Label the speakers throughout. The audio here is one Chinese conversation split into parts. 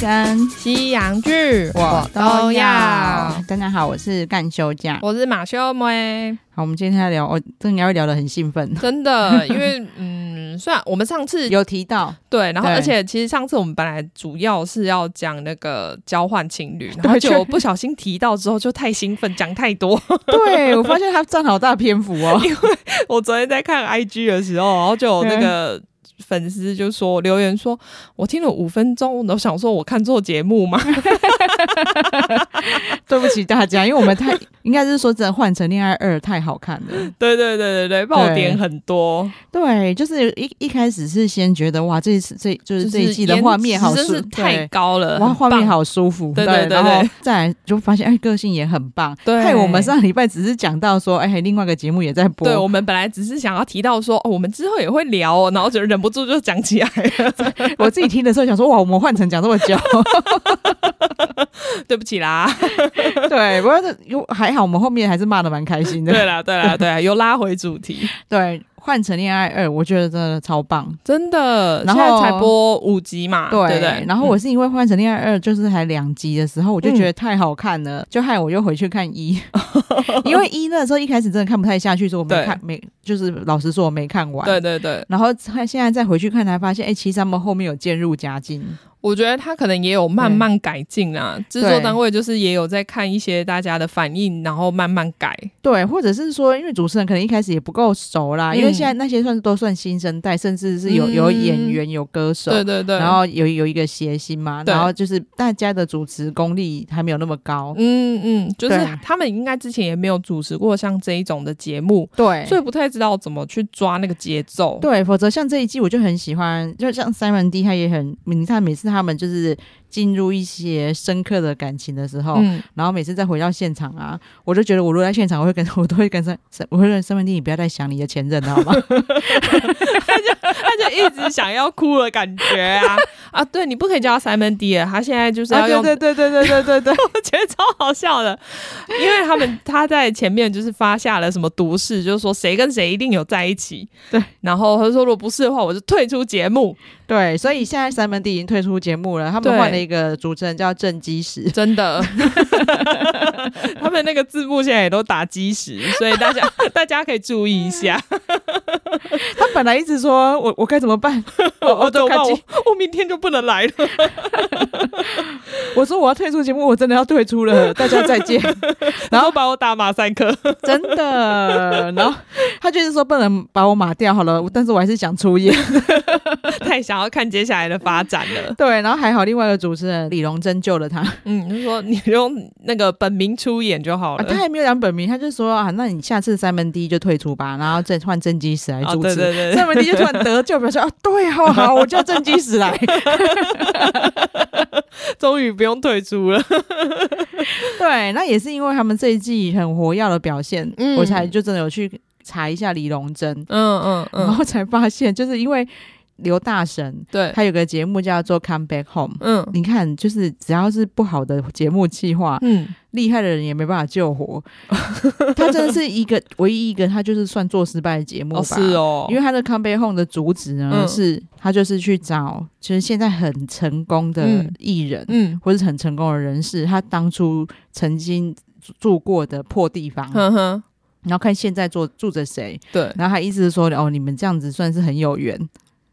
Speaker 1: 跟
Speaker 2: 西洋剧
Speaker 1: 我
Speaker 2: 都
Speaker 1: 要
Speaker 2: 要。
Speaker 1: 大家好，我是干休假。
Speaker 2: 我是马修妹，
Speaker 1: 好，我们今天要聊，我、这应该会聊得很兴奋。
Speaker 2: 真 的，因为嗯，虽然我们上次
Speaker 1: 有提到，
Speaker 2: 对，然后
Speaker 1: 对
Speaker 2: 而且其实上次我们本来主要是要讲那个交换情 侣，然后就不小心提到之后就太兴奋，讲太多。
Speaker 1: 对我发现他占好大篇幅 哦。
Speaker 2: 我昨天在看 IG 的时候，然后就有那个。嗯粉丝就说留言说，我听了五分钟，我都想说我看错节目 嘛。
Speaker 1: 对不起大家，因为我们太 应该是说真的，换成恋爱二太好看了。
Speaker 2: 对对对对对，爆点很多，
Speaker 1: 对，就是一一开始是先觉得哇，这一次这就是这一季的
Speaker 2: 颜
Speaker 1: 画面好
Speaker 2: 值
Speaker 1: 舒
Speaker 2: 真是太
Speaker 1: 对
Speaker 2: 高了，
Speaker 1: 哇，
Speaker 2: 很
Speaker 1: 画面
Speaker 2: 棒
Speaker 1: 好舒服，
Speaker 2: 对对对
Speaker 1: 然后
Speaker 2: 对
Speaker 1: 再来就发现，哎，个性也很棒。
Speaker 2: 对
Speaker 1: 害我们上礼拜只是讲到说，哎，另外一个节目也在播，
Speaker 2: 对，我们本来只是想要提到说，哦，我们之后也会聊、哦，然后就忍不住就讲 起来了。
Speaker 1: 我自己听的时候想说，哇，我们换成讲这么久，
Speaker 2: 对不起啦，
Speaker 1: 对，不过这有还好，我们后面还是骂的蛮开心的。
Speaker 2: 对啦，对啦，对啦，又拉回主题，
Speaker 1: 对，换成恋爱二，我觉得真的超棒。
Speaker 2: 真的，
Speaker 1: 然
Speaker 2: 现
Speaker 1: 后
Speaker 2: 在才播五集嘛，
Speaker 1: 啊
Speaker 2: 对不对？
Speaker 1: 然后我是因为换成恋爱二，就是还两集的时候，我就
Speaker 2: 嗯
Speaker 1: 觉得太好看了，就害我又回去看 一，因为一那时候一开始真的看不太下去，所以我没
Speaker 2: 对
Speaker 1: 看，没就是老实说我没看完。
Speaker 2: 嗯对对对，
Speaker 1: 然后他现在再回去看，才发现，哎、其实他们后面有渐入佳境。
Speaker 2: 我觉得他可能也有慢慢改进啦。制作
Speaker 1: 对
Speaker 2: 单位就是也有在看一些大家的反应，然后慢慢改。
Speaker 1: 对，或者是说，因为主持人可能一开始也不够熟啦，
Speaker 2: 嗯
Speaker 1: 因为现在那些算是都算新生代，甚至是有有
Speaker 2: 嗯
Speaker 1: 演员、有歌手，
Speaker 2: 对对对，
Speaker 1: 然后有有一个谐星嘛，
Speaker 2: 对
Speaker 1: 然后就是大家的主持功力还没有那么高。
Speaker 2: 嗯嗯，就是
Speaker 1: 对
Speaker 2: 他们应该之前也没有主持过像这一种的节目，
Speaker 1: 对，
Speaker 2: 所以不太知道怎么去抓那个节奏。
Speaker 1: 对，否则像这一季我就很喜欢，就像 Simon D 他也很，你看每次他们就是进入一些深刻的感情的时候，
Speaker 2: 嗯，
Speaker 1: 然后每次再回到现场啊，我就觉得我如果在现场，我会跟我都会跟 Sim- Sim，我会跟 Simon D 你不要再想你的前任了， 好吗？
Speaker 2: 他就一直想要哭的感觉 啊啊！对你不可以叫他 Simon D 了，他现在就是
Speaker 1: 啊，
Speaker 2: 要用，
Speaker 1: 对对对对对对 对
Speaker 2: 我觉得超好笑的，因为他们他在前面就是发下了什么毒誓，就是说谁跟谁一定有在一起，
Speaker 1: 对，
Speaker 2: 然后他就说如果不是的话，我就退出节目，
Speaker 1: 对，所以现在 Simon D 已经退出节目了，他们
Speaker 2: 对
Speaker 1: 换了一个主持人叫郑基石。
Speaker 2: 真的。 他们那个字幕现在也都打基石，所以 大家大家可以注意一下。
Speaker 1: 他本来一直说我我该怎么办，我
Speaker 2: 我
Speaker 1: 我
Speaker 2: 怎
Speaker 1: 都
Speaker 2: 么
Speaker 1: 看
Speaker 2: 办？我
Speaker 1: 清，
Speaker 2: 我明天就不能来了。
Speaker 1: 我说我要退出节目，我真的要退出 了，大家再见。
Speaker 2: 然后把我打马赛克。
Speaker 1: 真的。然后他就是说不能把我码掉好了，但是我还是想出 演。
Speaker 2: 太想要看接下来的发展了。
Speaker 1: 对，然后还好另外一个主持人李荣珍救了他，
Speaker 2: 嗯，就说你用那个本名出演就好
Speaker 1: 啊、他
Speaker 2: 了。哦
Speaker 1: 还没有讲本名，他就说啊，那你下次三门 D 就退出吧，然后再换郑基石来
Speaker 2: 啊
Speaker 1: 主持。
Speaker 2: 对对对对
Speaker 1: 三门 D 就突然得救，表示啊，对，好好，我叫郑基石 来。
Speaker 2: 终于不用退出了。
Speaker 1: 对，那也是因为他们这一季很活跃的表现，
Speaker 2: 嗯
Speaker 1: 我才就真的有去查一下李荣珍，
Speaker 2: 嗯嗯
Speaker 1: 然，后才发现，就是因为刘大神
Speaker 2: 对，
Speaker 1: 他有个节目叫做《Come Back Home》。
Speaker 2: 嗯
Speaker 1: 你看，就是只要是不好的节目计划，
Speaker 2: 嗯，
Speaker 1: 厉害的人也没办法救 活。他真的是一个唯一一个，他就是算做失败的节目吧。
Speaker 2: 哦是哦，
Speaker 1: 因为他的 Come Back Home 的主旨呢，
Speaker 2: 嗯
Speaker 1: 是他就是去找，就是现在很成功的
Speaker 2: 嗯
Speaker 1: 艺人，
Speaker 2: 嗯，
Speaker 1: 或是很成功的人士，他当初曾经住住过的破地方，
Speaker 2: 嗯哼哼，
Speaker 1: 然后看现在住住着谁，
Speaker 2: 对，
Speaker 1: 然后他意思是说，哦，你们这样子算是很有缘，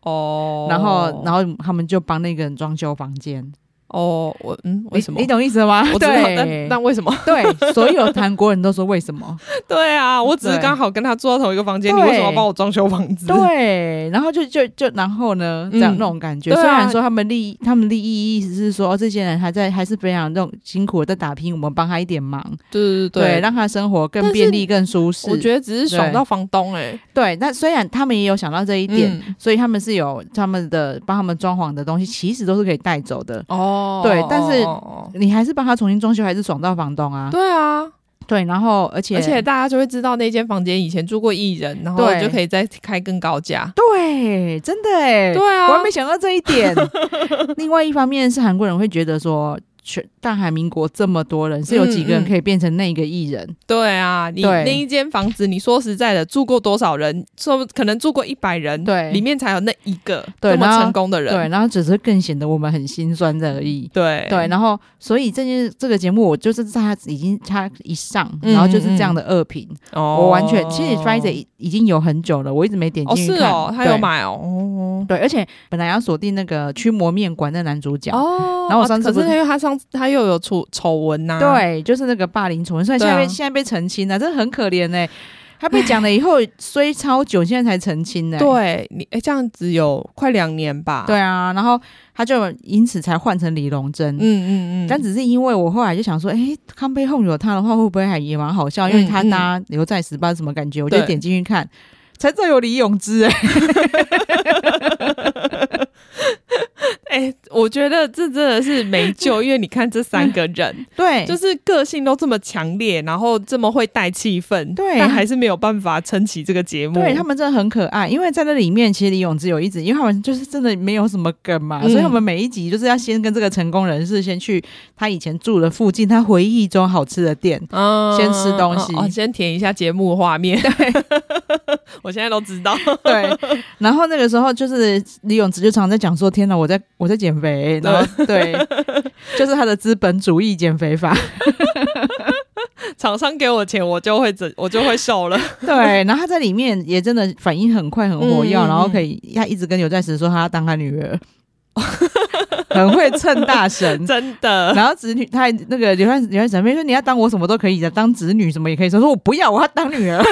Speaker 2: 哦，
Speaker 1: 然后然后他们就帮那个人装修房间，
Speaker 2: 哦，我嗯，为什么
Speaker 1: 你？你懂意思吗？
Speaker 2: 我知道，
Speaker 1: 对
Speaker 2: 但嗯但为什么？
Speaker 1: 对，所有韩国人都说为什么？
Speaker 2: 对 啊，我只是
Speaker 1: 对
Speaker 2: 刚好跟他住到同一个房间，你
Speaker 1: 对
Speaker 2: 为什么要帮我装修房子？
Speaker 1: 对，然后就就就然后呢，这样
Speaker 2: 嗯
Speaker 1: 那种感觉。
Speaker 2: 对啊
Speaker 1: 虽然说他们利益，他们利益意思是说，哦这些人还在还是非常那种辛苦地在打拼，我们帮他一点忙，
Speaker 2: 对对
Speaker 1: 对，让他生活
Speaker 2: 但
Speaker 1: 更
Speaker 2: 是
Speaker 1: 便利、更舒适。
Speaker 2: 我觉得只是爽到房东哎，
Speaker 1: 对，那虽然他们也有想到这一点，
Speaker 2: 嗯
Speaker 1: 所以他们是有他们的帮他们装潢的东西，其实都是可以带走的。
Speaker 2: 哦，
Speaker 1: 对但是
Speaker 2: 哦哦哦
Speaker 1: 你还是帮他重新装修，还是爽到房东啊？
Speaker 2: 对啊，
Speaker 1: 对，然后而且
Speaker 2: 而且大家就会知道那间房间以前住过艺人，然后
Speaker 1: 对
Speaker 2: 就可以再开更高价。
Speaker 1: 对，真的哎，
Speaker 2: 对啊
Speaker 1: 我还没想到这一点。另外一方面是韩国人会觉得说，全大韩民国这么多人，是有几个人
Speaker 2: 嗯嗯
Speaker 1: 可以变成那个艺人？
Speaker 2: 对啊，你
Speaker 1: 对
Speaker 2: 那一间房子，你说实在的，住过多少人？说可能住过一百人，
Speaker 1: 对
Speaker 2: 里面才有那一个
Speaker 1: 对
Speaker 2: 这么
Speaker 1: 然后
Speaker 2: 成功的人，
Speaker 1: 对，然后只是更显得我们很心酸而已。
Speaker 2: 对
Speaker 1: 对，然后所以这件这个节目，我就是在他已经他一上，
Speaker 2: 嗯
Speaker 1: 然后就是这样的恶评，
Speaker 2: 哦
Speaker 1: 我完全其实 Friday 已已经有很久了，我一直没点
Speaker 2: 哦
Speaker 1: 进
Speaker 2: 是
Speaker 1: 去看。
Speaker 2: 哦，他有
Speaker 1: 对
Speaker 2: 买哦
Speaker 1: 对，而且本来要锁定那个驱魔面馆的男主角，
Speaker 2: 哦，
Speaker 1: 然后我上次
Speaker 2: 啊可
Speaker 1: 不
Speaker 2: 是
Speaker 1: 是
Speaker 2: 因为他上次他又有丑丑闻啊呐，
Speaker 1: 对，就是那个霸凌丑闻，所以现在被、
Speaker 2: 对啊
Speaker 1: 现在被澄清了，真的很可怜呢、他被讲了以后，虽超久，现在才澄清呢、
Speaker 2: 对你哎这样子有快两年吧，
Speaker 1: 对啊，然后他就因此才换成李荣珍。
Speaker 2: 嗯，嗯嗯嗯，
Speaker 1: 但只是因为我后来就想说，诶，康贝哄有他的话，会不会还也蛮好笑？因为他
Speaker 2: 嗯嗯
Speaker 1: 搭牛仔十八什么感觉，我就
Speaker 2: 对
Speaker 1: 点进去看，才知道有李永欸芝、诶，
Speaker 2: 哎、我觉得这真的是没救，因为你看这三个 人，
Speaker 1: 对，
Speaker 2: 就是个性都这么强烈，然后这么会带气氛，
Speaker 1: 对
Speaker 2: 但还是没有办法撑起这个节目。
Speaker 1: 对他们真的很可爱，因为在那里面，其实李永芝有一直，因为他们就是真的没有什么梗嘛，
Speaker 2: 嗯
Speaker 1: 所以他们每一集就是要先跟这个成功人士先去他以前住的附近，他回忆中好吃的 店。
Speaker 2: 嗯
Speaker 1: 先吃东西
Speaker 2: 哦哦先填一下节目画面。 我现在都知道，
Speaker 1: 对，然后那个时候就是李永芝就常在讲说：“天哪，我在我在减肥。”然 后对，就是他的资本主义减肥法。
Speaker 2: 厂商给我钱，我就会整，我就会 瘦了。
Speaker 1: 对，然后他在里面也真的反应很快，很活跃，
Speaker 2: 嗯嗯
Speaker 1: 然后可以他一直跟牛在石说他要当他女儿， 很会蹭大神，
Speaker 2: 真的，
Speaker 1: 然后子女，他还那个刘汉刘汉姊妹说：“你要当我什么都可以的，当子女什么也可以。”说：“说我不要，我要当 女儿。”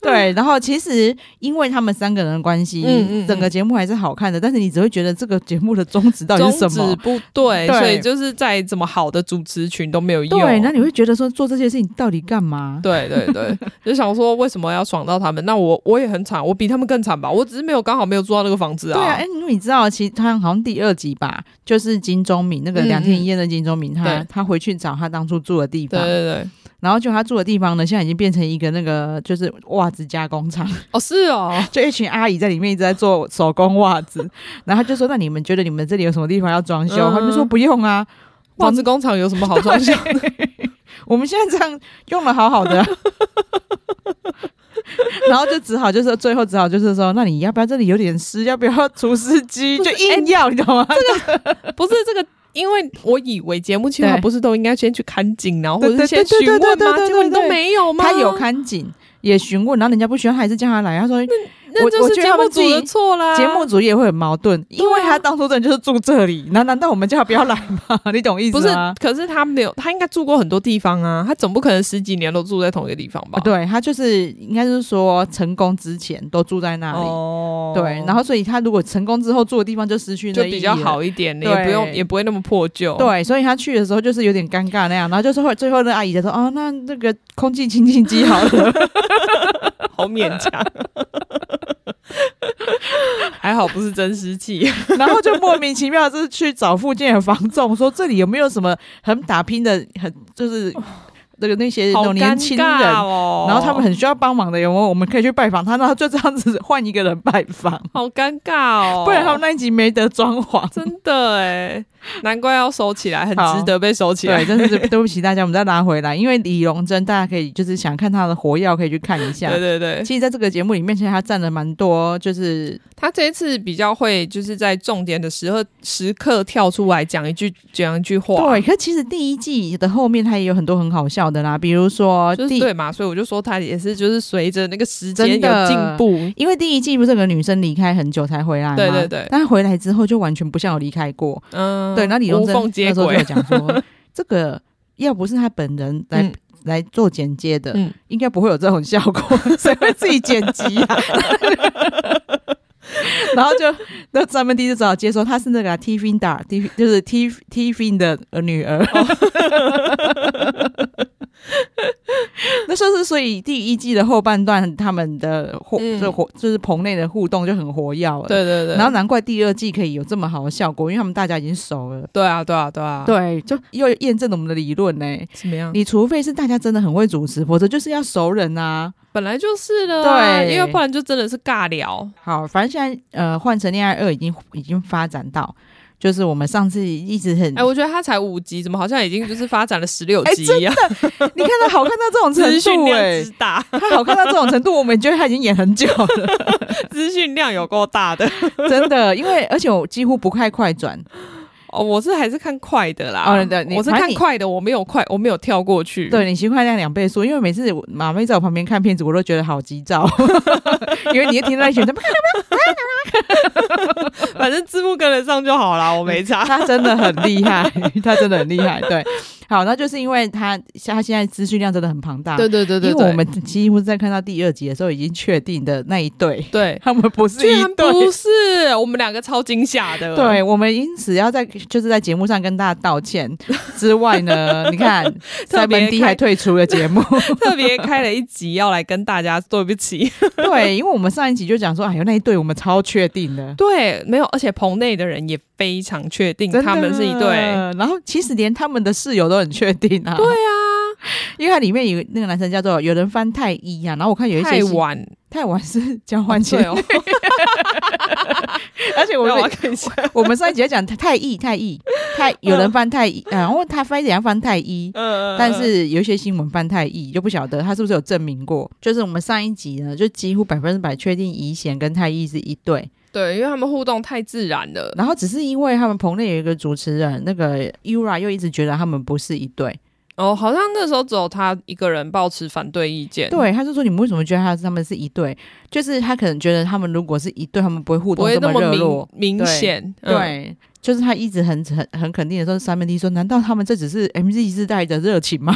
Speaker 1: 对，然后其实因为他们三个人的关系，
Speaker 2: 嗯嗯嗯
Speaker 1: 整个节目还是好看的，但是你只会觉得这个节目的宗旨到底是
Speaker 2: 宗
Speaker 1: 什
Speaker 2: 旨
Speaker 1: 么？
Speaker 2: 不对，
Speaker 1: 对
Speaker 2: 所以就是在怎么好的主持群都没有用。
Speaker 1: 对，那你会觉得说做这些事情到底干嘛？
Speaker 2: 对啊对对，就想说为什么要爽到他们？那我我也很惨，我比他们更惨吧？我只是没有刚好没有住到那个房子
Speaker 1: 对啊，哎、因为你知道，其实他好像第二集吧，就是金钟敏那个
Speaker 2: 嗯
Speaker 1: 两天一夜的金钟敏，他
Speaker 2: 对
Speaker 1: 他回去找他当初住的地
Speaker 2: 对
Speaker 1: 方，
Speaker 2: 对对，
Speaker 1: 然后就他住的地方呢，现在已经变成一个那个就是袜子加工厂，
Speaker 2: 哦是哦，
Speaker 1: 就一群阿姨在里面一直在做手工袜子。然后他就说：“那你们觉得你们这里有什么地方要装修？”
Speaker 2: 嗯
Speaker 1: 他们说：“不用啊，
Speaker 2: 袜子工厂有什么好装修？
Speaker 1: 我们现在这样用了好好的。” 然后就只好就是最后只好就是说，那你要不要这里有点湿？要不要除湿机？
Speaker 2: 不哎
Speaker 1: 就是硬要、你懂吗？
Speaker 2: 不是这个。因为我以为节目计划
Speaker 1: 对
Speaker 2: 不是都应该先去看景，然后或者
Speaker 1: 对
Speaker 2: 是
Speaker 1: 对
Speaker 2: 先
Speaker 1: 对
Speaker 2: 询
Speaker 1: 对
Speaker 2: 问
Speaker 1: 对对
Speaker 2: 吗？
Speaker 1: 对
Speaker 2: 结果你
Speaker 1: 对
Speaker 2: 都没有吗？
Speaker 1: 他有，看景也询问，然后人家不喜欢，他还是叫他来。他说
Speaker 2: 啊那
Speaker 1: 我
Speaker 2: 就
Speaker 1: 我
Speaker 2: 是
Speaker 1: 觉得
Speaker 2: 节
Speaker 1: 他
Speaker 2: 目
Speaker 1: 们自
Speaker 2: 组的
Speaker 1: 己
Speaker 2: 错啦。
Speaker 1: 节目组也会很矛盾，因为
Speaker 2: 对啊
Speaker 1: 他当初真的就是住这里，那难道我们叫他不要来吗？ 你懂意思
Speaker 2: 不是
Speaker 1: 吗？，
Speaker 2: 可是他没有，他应该住过很多地方啊，他总不可能十几年都住在同一个地方吧
Speaker 1: 啊？对他就是应该是说成功之前都住在那里，
Speaker 2: 哦
Speaker 1: 对，然后所以他如果成功之后住的地方就失去那
Speaker 2: 就
Speaker 1: 意
Speaker 2: 比
Speaker 1: 义
Speaker 2: 较
Speaker 1: 了。
Speaker 2: 好一点，
Speaker 1: 对
Speaker 2: 也不用也不会那么破旧。
Speaker 1: 对，所以他去的时候就是有点尴尬那样，然后就是会最后那阿姨就说：“哦，那那个空气清净机好了。
Speaker 2: 好勉强， 还好不是真湿气。”
Speaker 1: 然后就莫名其妙就是去找附近的房仲说：“这里有没有什么很打拼的，很就是那个那些那
Speaker 2: 哦好
Speaker 1: 种
Speaker 2: 尴
Speaker 1: 年轻人
Speaker 2: 尬哦，
Speaker 1: 然后他们很需要帮忙的，有没有？我们可以去拜访他，然后就这样子换一个人拜访，
Speaker 2: 好尴尬哦，
Speaker 1: 不然他们那一集没得装潢。
Speaker 2: 真的哎，难怪要收起来，很
Speaker 1: 好
Speaker 2: 值得被 收起来
Speaker 1: 对，。真的是对不起大家，我们再拉回来，因为李荣珍，大家可以就是想看他的活药，可以去看一下
Speaker 2: 对。对对，
Speaker 1: 其实，在这个节目里面，其实他占了蛮多，就是
Speaker 2: 他这一次比较会，就是在重点的时候时刻跳出来讲一句讲一句话，
Speaker 1: 对。可其实第一季的后面，他也有很多很好笑的啦，比如说
Speaker 2: 就是
Speaker 1: 第，
Speaker 2: 对嘛，所以我就说他也是，就是随着那个时间
Speaker 1: 真的
Speaker 2: 有进步，
Speaker 1: 因为第一季不是有个女生离开很久才回来嘛，
Speaker 2: 对对对
Speaker 1: 但她回来之后就完全不像有离开过，
Speaker 2: 嗯，
Speaker 1: 对，那李荣
Speaker 2: 无
Speaker 1: 珍
Speaker 2: 缝接
Speaker 1: 那时候就
Speaker 2: 轨
Speaker 1: 有，讲 说，这个要不是他本人来、
Speaker 2: 嗯
Speaker 1: 来做剪接的，
Speaker 2: 嗯
Speaker 1: 应该不会有这种效果， 谁会自己剪辑啊？ 然后就那咱们第一次只好接受她是那个 Tiffin 的 T 就是 T Tiffin 的呃女儿。 那就是所以第一季的后半段，他们的活、
Speaker 2: 嗯
Speaker 1: 就活就是棚内的互动就很活跃了。
Speaker 2: 对对对，
Speaker 1: 然后难怪第二季可以有这么好的效果，因为他们大家已经熟了。
Speaker 2: 对啊对啊对啊，
Speaker 1: 对，就又验证了我们的理论呢、
Speaker 2: 怎么样？
Speaker 1: 你除非是大家真的很会主持，否则就是要熟人啊。
Speaker 2: 本来就是了啊，
Speaker 1: 对
Speaker 2: 因为不然就真的是尬聊。
Speaker 1: 好，反正现在呃，换成恋爱二已经已经发展到，就是我们上次一直很
Speaker 2: 哎，我觉得他才五集，怎么好像已经就是发展了十六集
Speaker 1: 哎
Speaker 2: 一样？
Speaker 1: 你看他好看到这 种
Speaker 2: 资
Speaker 1: 程
Speaker 2: 讯
Speaker 1: 度、
Speaker 2: 量
Speaker 1: 欸，
Speaker 2: 之大，
Speaker 1: 他好看到这种程度，我们觉得他已经演很久了，
Speaker 2: 资讯量有够大的。
Speaker 1: 真的。因为而且我几乎不看快转，
Speaker 2: 哦，我是还是看快的啦。
Speaker 1: 哦对你
Speaker 2: 我是
Speaker 1: 反正
Speaker 2: 看
Speaker 1: 你
Speaker 2: 快的，我没有快，我没有跳过去。
Speaker 1: 对你习惯量两倍速，因为每次我马妹在我旁边看片子，我都觉得好急躁， 因为你一听到一群 他
Speaker 2: 反正字幕跟得上就好啦，我没 差。
Speaker 1: 他真的很厉害， 他真的很厉害。对，好，那就是因为他他现在资讯量真的很庞大，
Speaker 2: 对对
Speaker 1: 因为我们几乎在看到第二集的时候已经确定的那一对，
Speaker 2: 对，
Speaker 1: 他们不是
Speaker 2: 居
Speaker 1: 一
Speaker 2: 然
Speaker 1: 对。
Speaker 2: 不是，我们两个超惊吓的。
Speaker 1: 对，我们因此要在就是在节目上跟大家道歉之外 呢，你看塞
Speaker 2: 特别
Speaker 1: 门迪还
Speaker 2: 开
Speaker 1: 退出了节 目，
Speaker 2: 特别开了一集要来跟大家对 不起。
Speaker 1: 对，因为我们上一集就讲说，哎呦那一对我们超确定的，
Speaker 2: 对，没有，而且棚内的人也非常确定
Speaker 1: 真的
Speaker 2: 他们是一对。
Speaker 1: 然后其实连他们的室友都很确定啊，
Speaker 2: 对啊，
Speaker 1: 因为它里面有那个男生叫做有人翻太一啊，然后我看有一些
Speaker 2: 太
Speaker 1: 新
Speaker 2: 晚
Speaker 1: 太晚是交 换情
Speaker 2: 对
Speaker 1: 侣，
Speaker 2: 哦，
Speaker 1: 而且我
Speaker 2: 我要
Speaker 1: 们
Speaker 2: 看一下。
Speaker 1: 我们上一集在讲太易太易太有人翻太易，然后他翻怎样翻太一，
Speaker 2: 嗯，
Speaker 1: 但是有一些新闻翻太易就不晓得他是不是有证明过，就是我们上一集呢就几乎百分之百确定怡贤跟太一是一对，
Speaker 2: 对，因为他们互动太自然了。
Speaker 1: 然后只是因为他们棚内有一个主持人那个 Ura 又一直觉得他们不是一对，
Speaker 2: 哦，好像那时候只有他一个人抱持反对意见，，
Speaker 1: 对，他就说你们为什么觉得他他们是一对，就是他可能觉得他们如果是一对，他们不会互
Speaker 2: 不
Speaker 1: 动
Speaker 2: 会
Speaker 1: 这
Speaker 2: 那
Speaker 1: 热络
Speaker 2: 明。明显。嗯，
Speaker 1: 对，就是他一直很很很肯定的说，三门 D 说，难道他们这只是 MZ 世代的热情吗？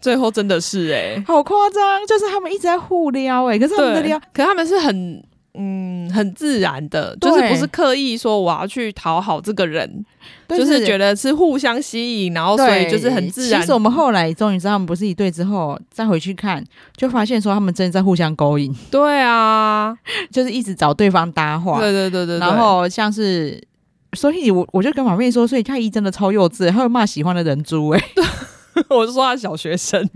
Speaker 2: 最后真的是哎、
Speaker 1: 好夸张，就是他们一直在互撩哎、欸，可是他们的
Speaker 2: 对
Speaker 1: 撩，，
Speaker 2: 可他们是很。嗯，很自然的，就是
Speaker 1: 对
Speaker 2: 不是刻意说我要去讨好这个人，
Speaker 1: 对
Speaker 2: 就是觉得是互相吸引，然后所以
Speaker 1: 对
Speaker 2: 就是很自然
Speaker 1: 其实。我们后来终于知道他们不是一对之后，再回去看，就发现说他们真的在互相勾引，
Speaker 2: 对啊，
Speaker 1: 就是一直找对方搭话，
Speaker 2: 对对对对对。
Speaker 1: 然后像是。所以我，我就跟马妹说，所以太一真的超幼稚，欸他会骂喜欢的人猪哎、欸
Speaker 2: 我就说他小学生，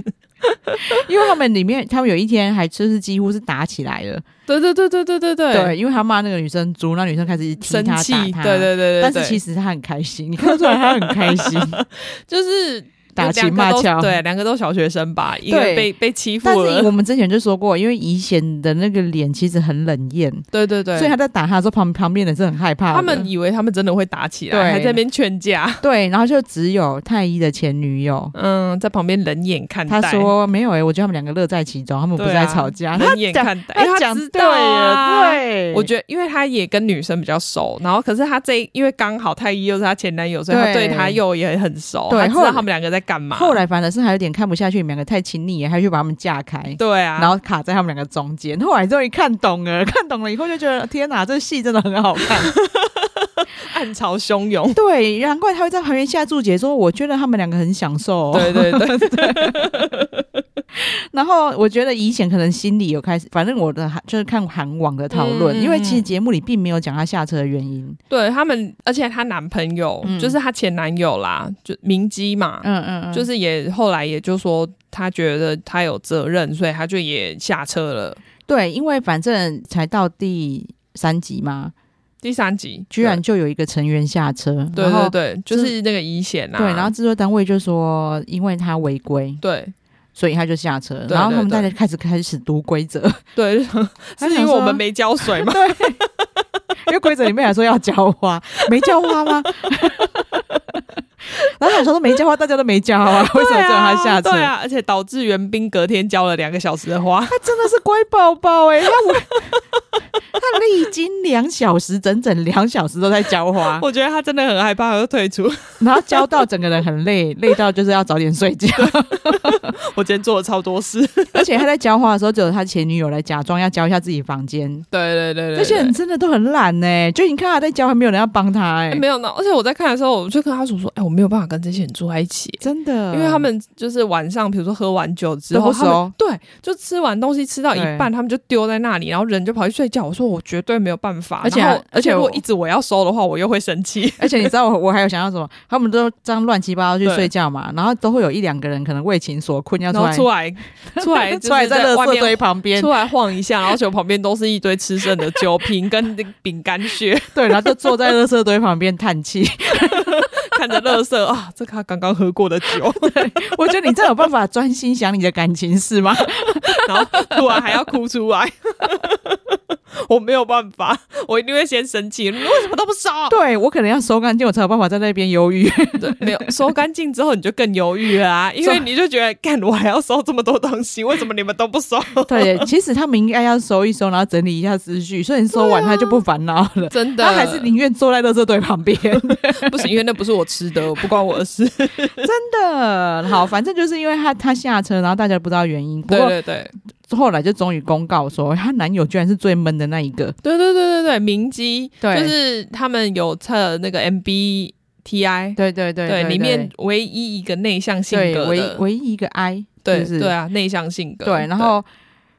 Speaker 1: 因为他们里面，他们有一天还就是几乎是打起来了，
Speaker 2: 对对对对对对对，
Speaker 1: 对，因为他骂那个女生猪，那女生开始踢
Speaker 2: 生
Speaker 1: 他
Speaker 2: 气，
Speaker 1: 打
Speaker 2: 对
Speaker 1: 他，
Speaker 2: 对对对。
Speaker 1: 但是
Speaker 2: 对
Speaker 1: 其实他很开心，你看得出来他很开心，
Speaker 2: 就是
Speaker 1: 打
Speaker 2: 两
Speaker 1: 情
Speaker 2: 个
Speaker 1: 骂
Speaker 2: 都
Speaker 1: 俏。
Speaker 2: 对，两个都小学生吧，一个
Speaker 1: 对
Speaker 2: 被被欺
Speaker 1: 但
Speaker 2: 负
Speaker 1: 是
Speaker 2: 了
Speaker 1: 我，们之前就说过，因为怡贤的那个脸其实很冷艳，
Speaker 2: 对对对，
Speaker 1: 所以他在打他的时候，旁旁边的人是很害怕的。
Speaker 2: 他们以为他们真的会打起
Speaker 1: 对
Speaker 2: 来，还在那边劝架，
Speaker 1: 对，然后就只有太一的前女友，
Speaker 2: 嗯，在旁边冷眼看
Speaker 1: 他
Speaker 2: 待。
Speaker 1: 说没有诶、我觉得他们两个乐在其中，他们不是
Speaker 2: 对啊
Speaker 1: 在吵架。他
Speaker 2: 冷眼
Speaker 1: 讲
Speaker 2: 看待，因为
Speaker 1: 讲
Speaker 2: 知
Speaker 1: 对
Speaker 2: 道
Speaker 1: 了，
Speaker 2: 啊。
Speaker 1: 对，
Speaker 2: 我觉得，因为他也跟女生比较熟，然后可是他这一因为刚好太医又是他前男友，所以他
Speaker 1: 对
Speaker 2: 对他又也很熟，
Speaker 1: 对
Speaker 2: 他知
Speaker 1: 后来
Speaker 2: 道他们两个在干嘛。
Speaker 1: 后来反而是还有点看不下去，你们两个太亲密了，还去把他们架开。
Speaker 2: 对啊，
Speaker 1: 然后卡在他们两个中间。后来终于看懂了， 看懂了以后就觉得天哪，这戏真的很好看。。
Speaker 2: 暗潮汹涌
Speaker 1: 对，难怪他会在旁边下注解说，我觉得他们两个很享受、哦。
Speaker 2: 对对对，
Speaker 1: 然后我觉得以前可能心里有开始，反正我的韩就是看韩网的讨论，
Speaker 2: 嗯嗯
Speaker 1: 因为其实节目里并没有讲他下车的原因。
Speaker 2: 对他们，而且她男朋友、
Speaker 1: 嗯
Speaker 2: 就是她前男友啦，就明基嘛，
Speaker 1: 嗯嗯嗯，
Speaker 2: 就是也后来也就说他觉得他有责任，所以他就也下车了。
Speaker 1: 对，因为反正才到第三集嘛，
Speaker 2: 第三集
Speaker 1: 居然就有一个成员下车，
Speaker 2: 对
Speaker 1: 然后
Speaker 2: 对对，对就是那个遗险啊，
Speaker 1: 对，然后制作单位就说，因为他违规，
Speaker 2: 对
Speaker 1: 所以他就下车。
Speaker 2: 对
Speaker 1: 然后他们
Speaker 2: 对
Speaker 1: 大
Speaker 2: 对
Speaker 1: 家开始开始读规 则，
Speaker 2: 对，
Speaker 1: 他想
Speaker 2: 是因为
Speaker 1: 说
Speaker 2: 我们没浇水 嘛，
Speaker 1: 对，因为规则里面还说要浇花，没浇花吗？ 然后想说都没浇花，大家都没浇啊，为什么只有他下车？
Speaker 2: 对啊，而且导致袁冰隔天浇了两个小时的花，
Speaker 1: 他真的是乖宝宝哎，他我他历经两小时，整整两小时都在浇花，
Speaker 2: 我觉得他真的很害怕，他就退出。
Speaker 1: 然后浇到整个人很累，累到就是要早点睡觉。
Speaker 2: 我今天做了超多事，
Speaker 1: 而且他在浇花的时候，只有他前女友来假装要浇一下自己房间，
Speaker 2: 对对对
Speaker 1: 这些人真的都很懒呢、就你看他在浇，还没有人要帮他哎、
Speaker 2: 哎没有呢，而且我在看的时候，我就跟他说说，哎，我没有办法跟这些人住在一起，
Speaker 1: 真的，
Speaker 2: 因为他们就是晚上，比如说喝完酒之
Speaker 1: 都
Speaker 2: 后，
Speaker 1: 不
Speaker 2: 他们
Speaker 1: 熟
Speaker 2: 对，就吃完东西吃到一半，他们就丢在那里，然后人就跑去睡觉。我说说我绝对没有办法，
Speaker 1: 而且
Speaker 2: 然后
Speaker 1: 而且
Speaker 2: 如果
Speaker 1: 我
Speaker 2: 一直我要收的话，我又会生气。
Speaker 1: 而且你知道我我还有想要什么？他们都这样乱七八糟去
Speaker 2: 对
Speaker 1: 睡觉嘛，然后都会有一两个人可能为情所困要
Speaker 2: 然
Speaker 1: 出
Speaker 2: 后
Speaker 1: 来
Speaker 2: 出来，出来，
Speaker 1: 出来
Speaker 2: 在
Speaker 1: 在垃
Speaker 2: 外
Speaker 1: 圾堆
Speaker 2: 面
Speaker 1: 旁边
Speaker 2: 出，来晃一下，然后就旁边都是一堆吃剩的酒瓶跟饼干屑，
Speaker 1: 对，然后就坐在垃圾堆旁边叹气。
Speaker 2: 看着垃圾啊，这他刚刚喝过的酒，
Speaker 1: 我觉得你这有办法专心想你的感情事吗？
Speaker 2: 哦然后突然还要哭出来， 我没有办法，我一定会先生气，你为什么都不收？
Speaker 1: 对我可能要收干净，我才有办法在那边忧 郁。
Speaker 2: 对没有收干净之后，你就更犹豫啦、因为你就觉得，干我还要收这么多东西，为什么你们都 不收？
Speaker 1: 对，其实他们应该要收一收，然后整理一下思绪，所以你收完他就不烦恼了。
Speaker 2: 真
Speaker 1: 他还是宁愿坐在垃圾堆旁 边，真
Speaker 2: 不行，因为那不是我吃的，不关我的 事。
Speaker 1: 的好，反正就是因为他他下车，然后大家不知道原因。不
Speaker 2: 对
Speaker 1: 过
Speaker 2: 对对
Speaker 1: 后来就终于公告说，她男友居然是最闷的那一个。
Speaker 2: 对对对对对，明基
Speaker 1: 对
Speaker 2: 就是他们有测那个 MBTI，
Speaker 1: 对对对
Speaker 2: 对，里面唯一一个内向性
Speaker 1: 对
Speaker 2: 格
Speaker 1: 唯
Speaker 2: 的，
Speaker 1: 唯一一个 I，
Speaker 2: 对
Speaker 1: 就是
Speaker 2: 对啊，内向性格。
Speaker 1: 对，然后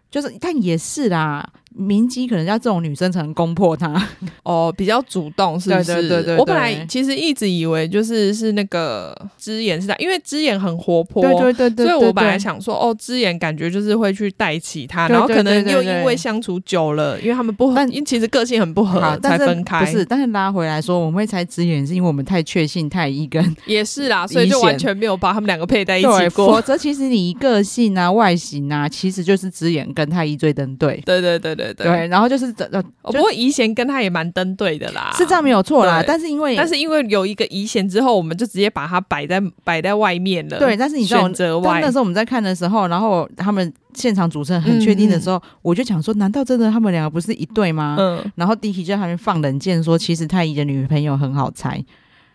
Speaker 1: 就是但也是啦，明基可能要这种女生才能攻破他。
Speaker 2: 哦，比较主动是不是？
Speaker 1: 对对对对
Speaker 2: 我本来
Speaker 1: 对
Speaker 2: 其实一直以为就是是那个之眼是他，因为之眼很活泼，
Speaker 1: 对对对对，
Speaker 2: 所以我
Speaker 1: 对
Speaker 2: 本来
Speaker 1: 对
Speaker 2: 想说，哦，之言感觉就是会去带起他，
Speaker 1: 对
Speaker 2: 然后
Speaker 1: 对
Speaker 2: 可能
Speaker 1: 对对
Speaker 2: 又
Speaker 1: 对
Speaker 2: 因为相处久了，因为他们不合，
Speaker 1: 但
Speaker 2: 因为其实个性很不合
Speaker 1: 好，
Speaker 2: 才
Speaker 1: 呃但是
Speaker 2: 分开，
Speaker 1: 不是，但是拉回来说，我们会猜资源是因为我们太确信太一 跟
Speaker 2: 也是啦，所以就
Speaker 1: 明显
Speaker 2: 完全没有把他们两个配在一起
Speaker 1: 对，
Speaker 2: 过
Speaker 1: 否。则其实你个性啊、外形啊，其实就是资源跟太一最登对。
Speaker 2: 对对对 对
Speaker 1: 对，，然后就是呃，
Speaker 2: 哦
Speaker 1: 就
Speaker 2: 不过宜贤跟他也蛮登对的啦，
Speaker 1: 是这样没有错啦
Speaker 2: 啊对。
Speaker 1: 但是因为，
Speaker 2: 但是因为有一个宜贤之后，我们就直接把他摆在摆在外面了。
Speaker 1: 对，但是你知道，
Speaker 2: 选择
Speaker 1: 但
Speaker 2: 外
Speaker 1: 那时候我们在看的时候，然后他们现场主持人很确定的时候，我就想说，难道真的他们两个不是一对吗？
Speaker 2: 嗯
Speaker 1: 然后 Dicky 就在旁边放冷箭说，其实太一的女朋友很好猜。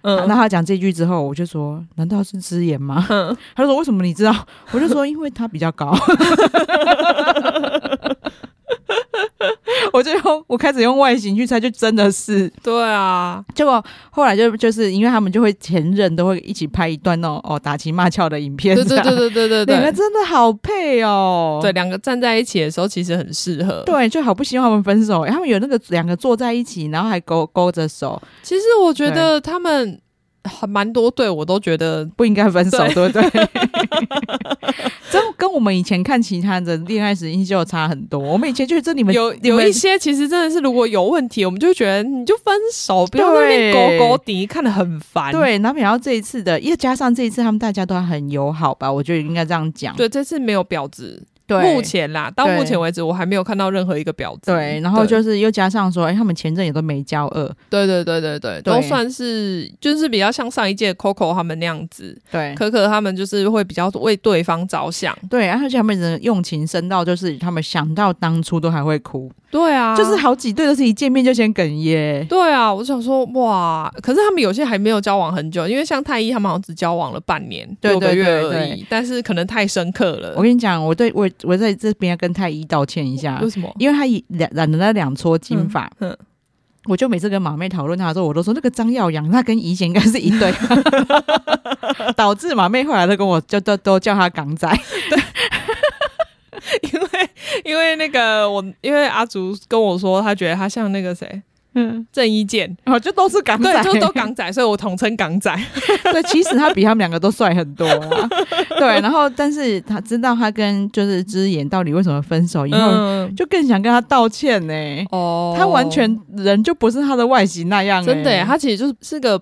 Speaker 2: 嗯，
Speaker 1: 那他讲这句之后，我就说：“难道是之言吗？”
Speaker 2: 嗯
Speaker 1: 他就说：“为什么你知道？”我就说：“因为他比较高。” 我就用我开始用外形去猜，就真的是。
Speaker 2: 对啊，
Speaker 1: 结果后来就就是因为他们就会前任都会一起拍一段那种哦打情骂俏的影片，
Speaker 2: 对对对
Speaker 1: 这样，
Speaker 2: 对对对
Speaker 1: 两个
Speaker 2: 对，
Speaker 1: 真的好配哦。
Speaker 2: 对两个站在一起的时候，其实很适合。
Speaker 1: 对，就好不希望他们分手。诶欸他们有那个两个坐在一起，然后还勾勾着手，
Speaker 2: 其实我觉得他们很蛮多对我都觉得
Speaker 1: 不应该分手，
Speaker 2: 对
Speaker 1: 对不对？这跟我们以前看其他的恋爱实境秀差很多。我们以前就是这你们
Speaker 2: 有
Speaker 1: 你
Speaker 2: 有
Speaker 1: 们
Speaker 2: 一些其实真的是如果有问题，我们就觉得你就分手，不要在那边勾勾底，看得很烦。
Speaker 1: 对，然后然后这一次的，又加上这一次他们大家都很友好吧，我觉得应该这样讲。
Speaker 2: 对，这次没有婊子，
Speaker 1: 对
Speaker 2: 目前啦，到
Speaker 1: 对
Speaker 2: 目前为止我还没有看到任何一个婊子。
Speaker 1: 对，然后就是又加上说，哎，他们前阵也都没交恶，
Speaker 2: 对对对对对，
Speaker 1: 对
Speaker 2: 都算是就是比较像上一届 Coco 他们那样子，
Speaker 1: 对。
Speaker 2: 可可他们就是会比较为对方着想。
Speaker 1: 对，然后而且他们人用情深到，就是他们想到当初都还会哭，
Speaker 2: 对啊，
Speaker 1: 就是好几对都是一见面就先哽咽。
Speaker 2: 对啊，我想说哇，可是他们有些还没有交往很久，因为像太一他们好像只交往了半年
Speaker 1: 对
Speaker 2: 六个
Speaker 1: 对
Speaker 2: 月
Speaker 1: 对
Speaker 2: 而已，但是可能太深刻了
Speaker 1: 我。跟你讲，我对我我在这边要跟太医道歉一下
Speaker 2: 为，什么？
Speaker 1: 因为他以染染了那两撮金发，
Speaker 2: 嗯嗯
Speaker 1: 我就每次跟马妹讨论他的时候，我都说那个张耀扬，他跟以前应该是一 对，导致马妹后来都跟我就都都叫他港仔，
Speaker 2: 因为 因为那个我，因为阿竹跟我说，他觉得他像那个谁
Speaker 1: 嗯，
Speaker 2: 郑伊健，
Speaker 1: 然后就都是港
Speaker 2: 对，
Speaker 1: 仔，
Speaker 2: 就都港仔，所以我统称港 仔。
Speaker 1: 对，其实他比他们两个都帅很多 啊，对，然后但是他知道他跟就是之言到底为什么分手以后，
Speaker 2: 嗯，
Speaker 1: 就更想跟他道歉呢、
Speaker 2: 哦
Speaker 1: 他完全人就不是他的外形那样、欸，
Speaker 2: 真的耶，他其实就是是个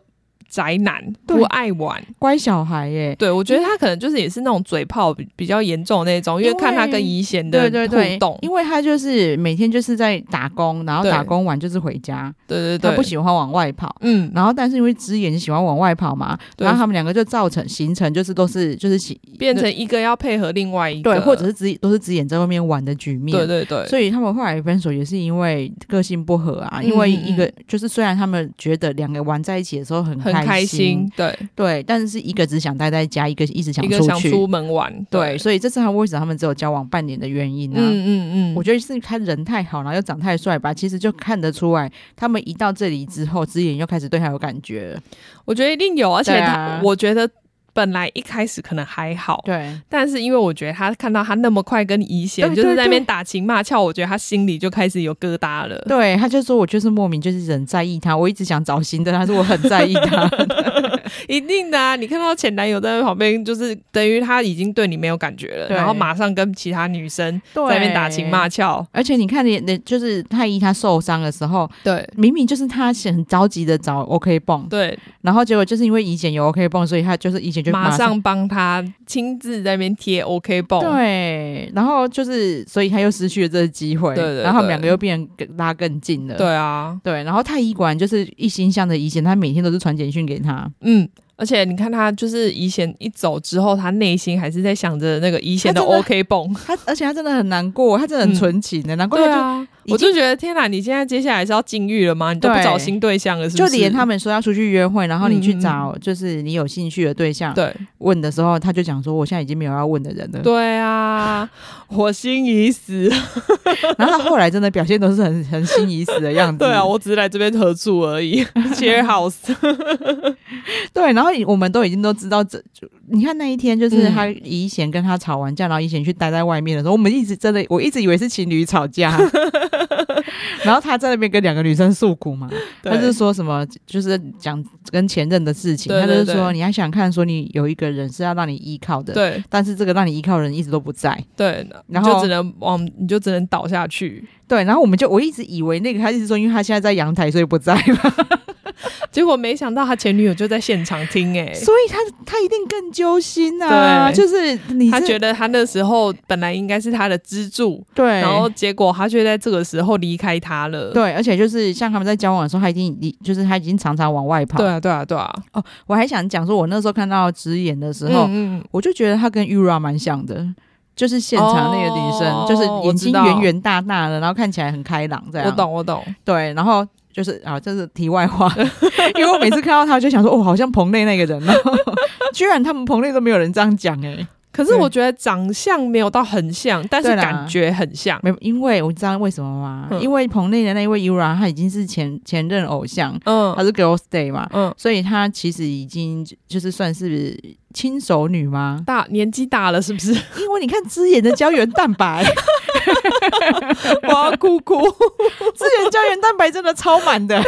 Speaker 2: 宅男，
Speaker 1: 对
Speaker 2: 不爱玩。
Speaker 1: 乖小孩耶、
Speaker 2: 对，我觉得他可能就是也是那种嘴炮比比较严重的那种，因为
Speaker 1: 因为
Speaker 2: 看他跟怡贤的
Speaker 1: 对对对
Speaker 2: 互动，，
Speaker 1: 因为他就是每天就是在打工，然后
Speaker 2: 对
Speaker 1: 打工完就是回家，
Speaker 2: 对对
Speaker 1: 他
Speaker 2: 对，
Speaker 1: 不喜欢往外跑。
Speaker 2: 嗯，
Speaker 1: 然后，但是因为直眼喜欢往外跑嘛，
Speaker 2: 对
Speaker 1: 然后他们两个就造成形成就是都是就是喜
Speaker 2: 变成一个要配合另外一个，
Speaker 1: 对，或者是直都是直眼在外面玩的局面。
Speaker 2: 对对对，
Speaker 1: 所以他们后来分手也是因为个性不合啊，
Speaker 2: 嗯
Speaker 1: 因为一个就是虽然他们觉得两个玩在一起的时候很
Speaker 2: 很
Speaker 1: 开
Speaker 2: 开心，对，
Speaker 1: 对，但是一个只想待在家，一个一直想
Speaker 2: 一个
Speaker 1: 出
Speaker 2: 想
Speaker 1: 去，
Speaker 2: 出门玩，
Speaker 1: 对，所以这是他为什么他们只有交往半年的原因啊。
Speaker 2: 嗯嗯嗯，
Speaker 1: 我觉得是他人太好，然后又长太帅吧，其实就看得出来，他们一到这里之后，之言又开始对他有感觉了。
Speaker 2: 我觉得一定有，而且
Speaker 1: 对
Speaker 2: 他，
Speaker 1: 啊
Speaker 2: 我觉得本来一开始可能还好，
Speaker 1: 对，
Speaker 2: 但是因为我觉得他看到他那么快跟怡贤
Speaker 1: 对
Speaker 2: 就是在那
Speaker 1: 对
Speaker 2: 边
Speaker 1: 对
Speaker 2: 打情骂俏，我觉得他心里就开始有疙瘩了。
Speaker 1: 对，他就说我就是莫名就是很在意他，我一直想找新的，他说我很在意 他，
Speaker 2: 一定的啊！你看到前男友在旁边，就是等于他已经对你没有感觉了，
Speaker 1: 对
Speaker 2: 然后马上跟其他女生在那边打情骂俏。
Speaker 1: 而且你看你，你就是太医他受伤的时候，
Speaker 2: 对
Speaker 1: 明明就是他很着急的找 OK 泵，
Speaker 2: 对，
Speaker 1: 然后结果就是因为以前有 OK 泵，所以他就是以前就
Speaker 2: 马
Speaker 1: 上
Speaker 2: 上帮他亲自在那边贴 OK 绷。
Speaker 1: 对，然后就是所以他又失去了这个机会，
Speaker 2: 对对
Speaker 1: 然后他们
Speaker 2: 对
Speaker 1: 两个又变更拉更近了，
Speaker 2: 对啊，
Speaker 1: 对，然后太医果然就是一心向着以前，他每天都是传简讯给他，
Speaker 2: 嗯。而且你看他，就是以前一走之后，他内心还是在想着那个以前的
Speaker 1: 他真的
Speaker 2: OK 绷。
Speaker 1: 他而且他真的很难过，他真的很
Speaker 2: 嗯
Speaker 1: 纯情的，难怪
Speaker 2: 对
Speaker 1: 他就
Speaker 2: 啊，
Speaker 1: 已经
Speaker 2: 我就觉得天哪，你现在接下来是要禁欲了吗？你都不
Speaker 1: 对
Speaker 2: 找新对象了，是不？
Speaker 1: 就是连他们说要出去约会，然后你去
Speaker 2: 嗯嗯嗯
Speaker 1: 找就是你有兴趣的对象
Speaker 2: 对
Speaker 1: 问的时候，他就讲说我现在已经没有要问的人了。
Speaker 2: 对啊，我心 已死。
Speaker 1: 然后他后来真的表现都是很很心已死的样子。
Speaker 2: 对啊，我只是来这边合住而 已，share house。
Speaker 1: 对，然后我们都已经都知道这，就你看那一天
Speaker 2: 嗯
Speaker 1: 就是他怡贤跟他吵完架，然后怡贤去待在外面的时候，我们一直真的我一直以为是情侣吵 架，然后他在那边跟两个女生诉苦嘛，他就是
Speaker 2: 对
Speaker 1: 说什么就是讲跟前任的事情，
Speaker 2: 对
Speaker 1: 他就是
Speaker 2: 对
Speaker 1: 说
Speaker 2: 对
Speaker 1: 你还想看说你有一个人是要让你依靠的，，
Speaker 2: 对
Speaker 1: 但是这个让你依靠的人一直都不在，
Speaker 2: 对，
Speaker 1: 然
Speaker 2: 然
Speaker 1: 后
Speaker 2: 后就只能往，你就只能倒下去。
Speaker 1: 对，然后我们就我一直以为那个他一直说，因为他现在在阳台，所以不在嘛，
Speaker 2: 结果没想到他前女友就在现场 听、欸，
Speaker 1: 所以他他一定更揪心啊，
Speaker 2: 对
Speaker 1: 就是你
Speaker 2: 他
Speaker 1: 这
Speaker 2: 觉得他那时候本来应该是他的支柱，
Speaker 1: 对，
Speaker 2: 然后结果他却在这个时候离开他了。
Speaker 1: 对，而且就是像他们在交往的时候，他已经已就是他已经常常往外跑。
Speaker 2: 对啊，对啊，对啊。
Speaker 1: 我还想讲说，我那时候看到直演的时
Speaker 2: 嗯
Speaker 1: 候，
Speaker 2: 嗯，
Speaker 1: 我就觉得他跟 Ura 蛮像的，就是现场那个女生，
Speaker 2: 哦
Speaker 1: 就是
Speaker 2: 我
Speaker 1: 眼
Speaker 2: 知
Speaker 1: 睛
Speaker 2: 道
Speaker 1: 圆圆大大的，然后看起来很开朗，这
Speaker 2: 嗯
Speaker 1: 样。
Speaker 2: 我。懂，我懂。
Speaker 1: 对，然后。就是啊，这是题外话， 因为我每次看到他，我就想说，哦，好像棚内那个人哦， 居然他们棚内都没有人这样讲哎、
Speaker 2: 可是
Speaker 1: 对
Speaker 2: 我觉得长相没有到很像，但是
Speaker 1: 对啦
Speaker 2: 感觉很像。
Speaker 1: 没，因为我知道为什么吗？
Speaker 2: 嗯
Speaker 1: 因为棚内的那一位 Ura，他已经是前前任偶像，
Speaker 2: 嗯
Speaker 1: 他是 Girls Day 嘛，
Speaker 2: 嗯，
Speaker 1: 所以她其实已经就就是算是亲手女吗？
Speaker 2: 大年纪大了是不是？
Speaker 1: 因为你看之眼的胶原蛋白，
Speaker 2: 我要哭 哭。
Speaker 1: 之眼胶原蛋白真的超满的、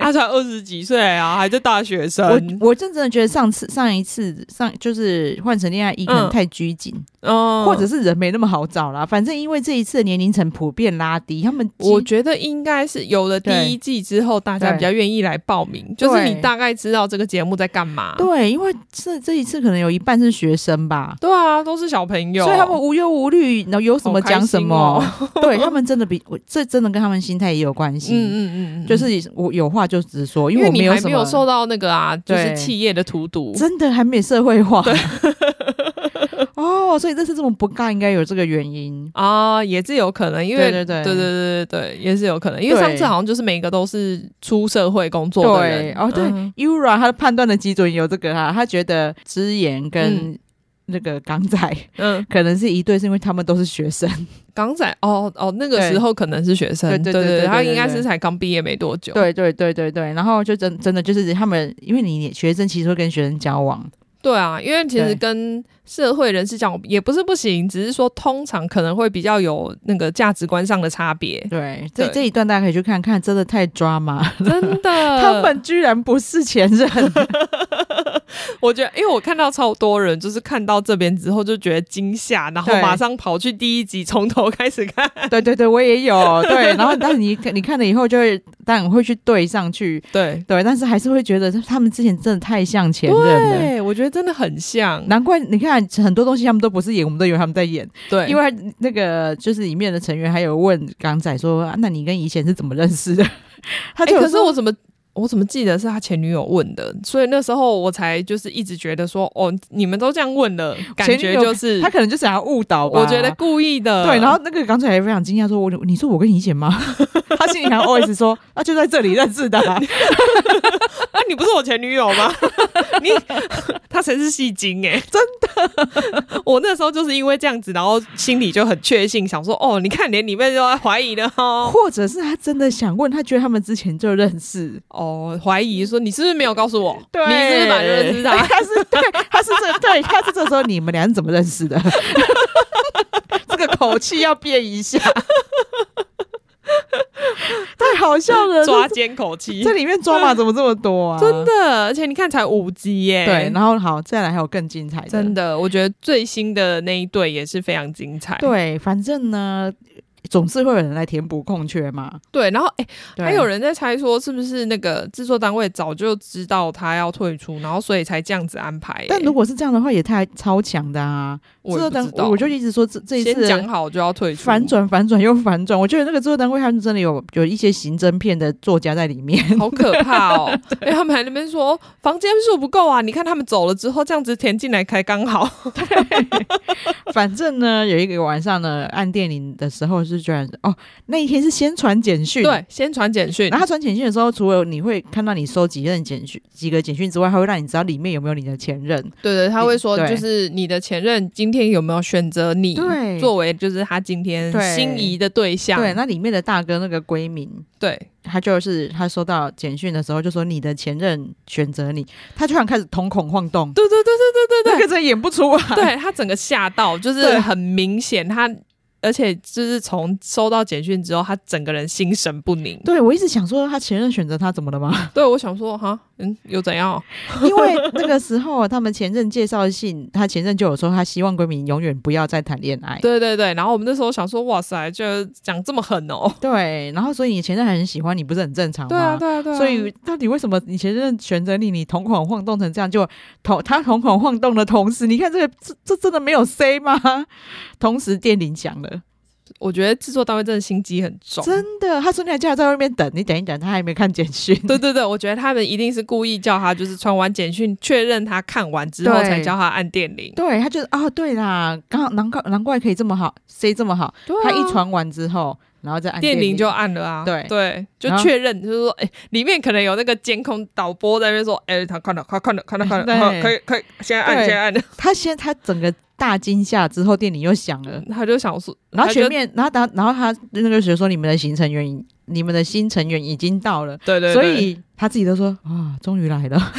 Speaker 2: 他才二十几岁啊，还在大学
Speaker 1: 我
Speaker 2: 生。
Speaker 1: 我真的觉得上次上一次上就是换成恋爱一可能
Speaker 2: 嗯
Speaker 1: 太拘谨，
Speaker 2: 嗯
Speaker 1: 或者是人没那么好找啦。反正因为这一次的年龄层普遍拉低，他们
Speaker 2: 我
Speaker 1: 基
Speaker 2: 觉得应该是有了第一季之后，大家比较愿意来报名，就是你大概知道这个节目在干嘛。
Speaker 1: 对，因为这这一次可能有一半是学生吧。
Speaker 2: 对啊，都是小朋友，
Speaker 1: 所以他们无忧无虑，然后有什么
Speaker 2: 好开心
Speaker 1: 讲什么，
Speaker 2: 哦
Speaker 1: 对他们真的比我这真的跟他们心态也有关系。
Speaker 2: 嗯嗯嗯嗯，
Speaker 1: 就是我有话就直说，因
Speaker 2: 因
Speaker 1: 为
Speaker 2: 为
Speaker 1: 我
Speaker 2: 你
Speaker 1: 有
Speaker 2: 还
Speaker 1: 什
Speaker 2: 没
Speaker 1: 么
Speaker 2: 有受到那个啊，就
Speaker 1: 对
Speaker 2: 是企业的荼毒。
Speaker 1: 真的还没社会化。 哦，所以这次这么不尬，应该有这个原因。
Speaker 2: 啊，也是有可能，因为
Speaker 1: 对对对
Speaker 2: 对对对对也是有可能，因为
Speaker 1: 对
Speaker 2: 上次好像就是每个都是出社会工作的
Speaker 1: 对，
Speaker 2: 人，
Speaker 1: 哦对
Speaker 2: 嗯
Speaker 1: ，Ura 他的判断的基准有这个哈，他觉得之言跟那个港仔
Speaker 2: 嗯，
Speaker 1: 可能是一对，是因为他们都是学生。
Speaker 2: 港仔哦哦，那个
Speaker 1: 对
Speaker 2: 时候可能是学生，
Speaker 1: 对对
Speaker 2: 对
Speaker 1: 对对对
Speaker 2: 他应该
Speaker 1: 对
Speaker 2: 是才刚毕业没多久，
Speaker 1: 对对对对对，然后就真真的就是他们，因为你学生其实会跟学生交往，
Speaker 2: 对啊，因为其
Speaker 1: 对。
Speaker 2: 实跟社会人士讲也不是不行，只是说通常可能会比较有那个价值观上的差别
Speaker 1: 对，这
Speaker 2: 对
Speaker 1: 这一段大家可以去看看，真的太抓马，
Speaker 2: 真 的，
Speaker 1: 他们居然不是前 任，
Speaker 2: 我觉得，因为我看到超多人就是看到这边之后就觉得惊吓，然后
Speaker 1: 对
Speaker 2: 马上跑去第一集从头开始看。
Speaker 1: 对对对，我也有对，然后但是你你看了以后就会，当然会去对上去，
Speaker 2: 对，
Speaker 1: 对，但是还是会觉得他们之前真的太像前任了。
Speaker 2: 对，我觉得真的很像。
Speaker 1: 难怪你看很多东西他们都不是演，我们都以为他们在演，
Speaker 2: 对，
Speaker 1: 因为他那个就是里面的成员还有问港仔说、啊那你跟以前是怎么认识的？ 他
Speaker 2: 哎、
Speaker 1: 就有
Speaker 2: 可是
Speaker 1: 说
Speaker 2: 我怎么？我怎么记得是他前女友问的，所以那时候我才就是一直觉得说，哦，你们都这样问了，感
Speaker 1: 前女
Speaker 2: 觉
Speaker 1: 友
Speaker 2: 就是
Speaker 1: 他可能就想要误导吧，
Speaker 2: 我觉得呃故意的。
Speaker 1: 对。然后那个港仔也非常惊讶说：“我你说我跟以前吗？” 他心里还 always 说：“啊，就在这里认识的啊、
Speaker 2: 啊，你不是我前女友吗？你 他才是戏精哎、
Speaker 1: 真的。
Speaker 2: 我那时候就是因为这样子，然后心里就很确信，想说哦，你看连里面都在怀疑了 哦，
Speaker 1: 或者是他真的想问，他觉得他们之前就认识，
Speaker 2: 哦，怀疑说你是不是没有告诉我，
Speaker 1: 对，哎
Speaker 2: 你是不是本来就认 识他？
Speaker 1: 他是对，他是这对，他是这时候你们俩是怎么认识的？ 这个口气要变一下，太好笑了，
Speaker 2: 抓奸口气
Speaker 1: 这，这里面抓 马怎么这么多啊？
Speaker 2: 真的，而且你看才五集耶，
Speaker 1: 对，然后好，再来还有更精彩的，
Speaker 2: 真的，我觉得最新的那一对也是非常精彩，
Speaker 1: 对，反正呢。总是会有人来填补空缺嘛？
Speaker 2: 对，然后哎、
Speaker 1: 对
Speaker 2: 还有人在猜说是不是那个制作单位早就知道他要退出，然后所以才这样子安排耶、
Speaker 1: 但如果是这样的话，也太超强的啊！
Speaker 2: 我
Speaker 1: 制作
Speaker 2: 也不
Speaker 1: 单
Speaker 2: 知道，
Speaker 1: 我就一直说这这一
Speaker 2: 先
Speaker 1: 次
Speaker 2: 讲好就要退出，
Speaker 1: 反转反转又反转，我觉得那个制作单位他们真的有有一些刑侦片的作家在里面。
Speaker 2: 好可怕哦！因为他们还在那边说哦房间数不够啊，你看他们走了之后，这样子填进来才刚好。
Speaker 1: 反正呢，有一个晚上呢，按电铃的时候是居然哦，那一天是先传简讯，。
Speaker 2: 对，先传简讯
Speaker 1: 然，后他传简讯的时候，除了你会看到你收几任简讯、几个简讯之外，还会让你知道里面有没有你的前任。
Speaker 2: 对对，他会说
Speaker 1: 对
Speaker 2: 就是你的前任今天有没有选择你
Speaker 1: 对
Speaker 2: 作为就是他今天
Speaker 1: 对
Speaker 2: 心仪的对象？
Speaker 1: 对，那里面的大哥那个闺民，
Speaker 2: 对
Speaker 1: 他就是他收到简讯的时候就说你的前任选择你，他突然开始瞳孔晃动，
Speaker 2: 对对对对
Speaker 1: 那
Speaker 2: 对对
Speaker 1: 个真的演不出啊。
Speaker 2: 对，对他整个吓到，就是
Speaker 1: 对
Speaker 2: 很明显他。而且就是从收到简讯之后，他整个人心神不宁。
Speaker 1: 对，我一直想说他前任选择他怎么了吗？
Speaker 2: 对，我想说，哈，嗯，又怎样？
Speaker 1: 因为那个时候他们前任介绍信，他前任就有说他希望闺蜜永远不要再谈恋爱。
Speaker 2: 对对对。然后我们那时候想说，哇塞，就讲这么狠 哦。
Speaker 1: 对，然后所以你前任还很喜欢你，不是很正常吗？
Speaker 2: 对啊，对啊，对啊。
Speaker 1: 所以到底为什么你前任选择你，你瞳孔晃动成这样？就瞳他瞳孔晃动的同时，你看这个这这真的没有 C 吗？同时电铃响了，
Speaker 2: 我觉得制作单位真的心机很重。
Speaker 1: 真的，他说你还叫他在外面等，你等一等，他还没看简讯。
Speaker 2: 对对对，我觉得他们一定是故意叫他，就是传完简讯确认他看完之后，
Speaker 1: 对
Speaker 2: 才叫他按电铃。
Speaker 1: 对，他就是哦，对啦，刚好难怪难怪可以这么好，C 这么好。
Speaker 2: 对啊
Speaker 1: 他一传完之后，然后再按
Speaker 2: 电
Speaker 1: 铃
Speaker 2: 铃就按了啊。
Speaker 1: 对
Speaker 2: 对，就
Speaker 1: 然后
Speaker 2: 确认，就是说，哎、里面可能有那个监控导播在那边说，哎、他看到，他看到，看到，看 到，
Speaker 1: 对
Speaker 2: 好可以，可以，现在按，
Speaker 1: 对
Speaker 2: 现在按。
Speaker 1: 他先他整个大惊吓之后，电铃又响了，
Speaker 2: 他就想说，
Speaker 1: 然后
Speaker 2: 嗯他就
Speaker 1: 前面，然后他，然后他那个学说你们的新成员已，你们的新成员已经到了，
Speaker 2: 对对对，
Speaker 1: 所以他自己都说啊，终于来 了，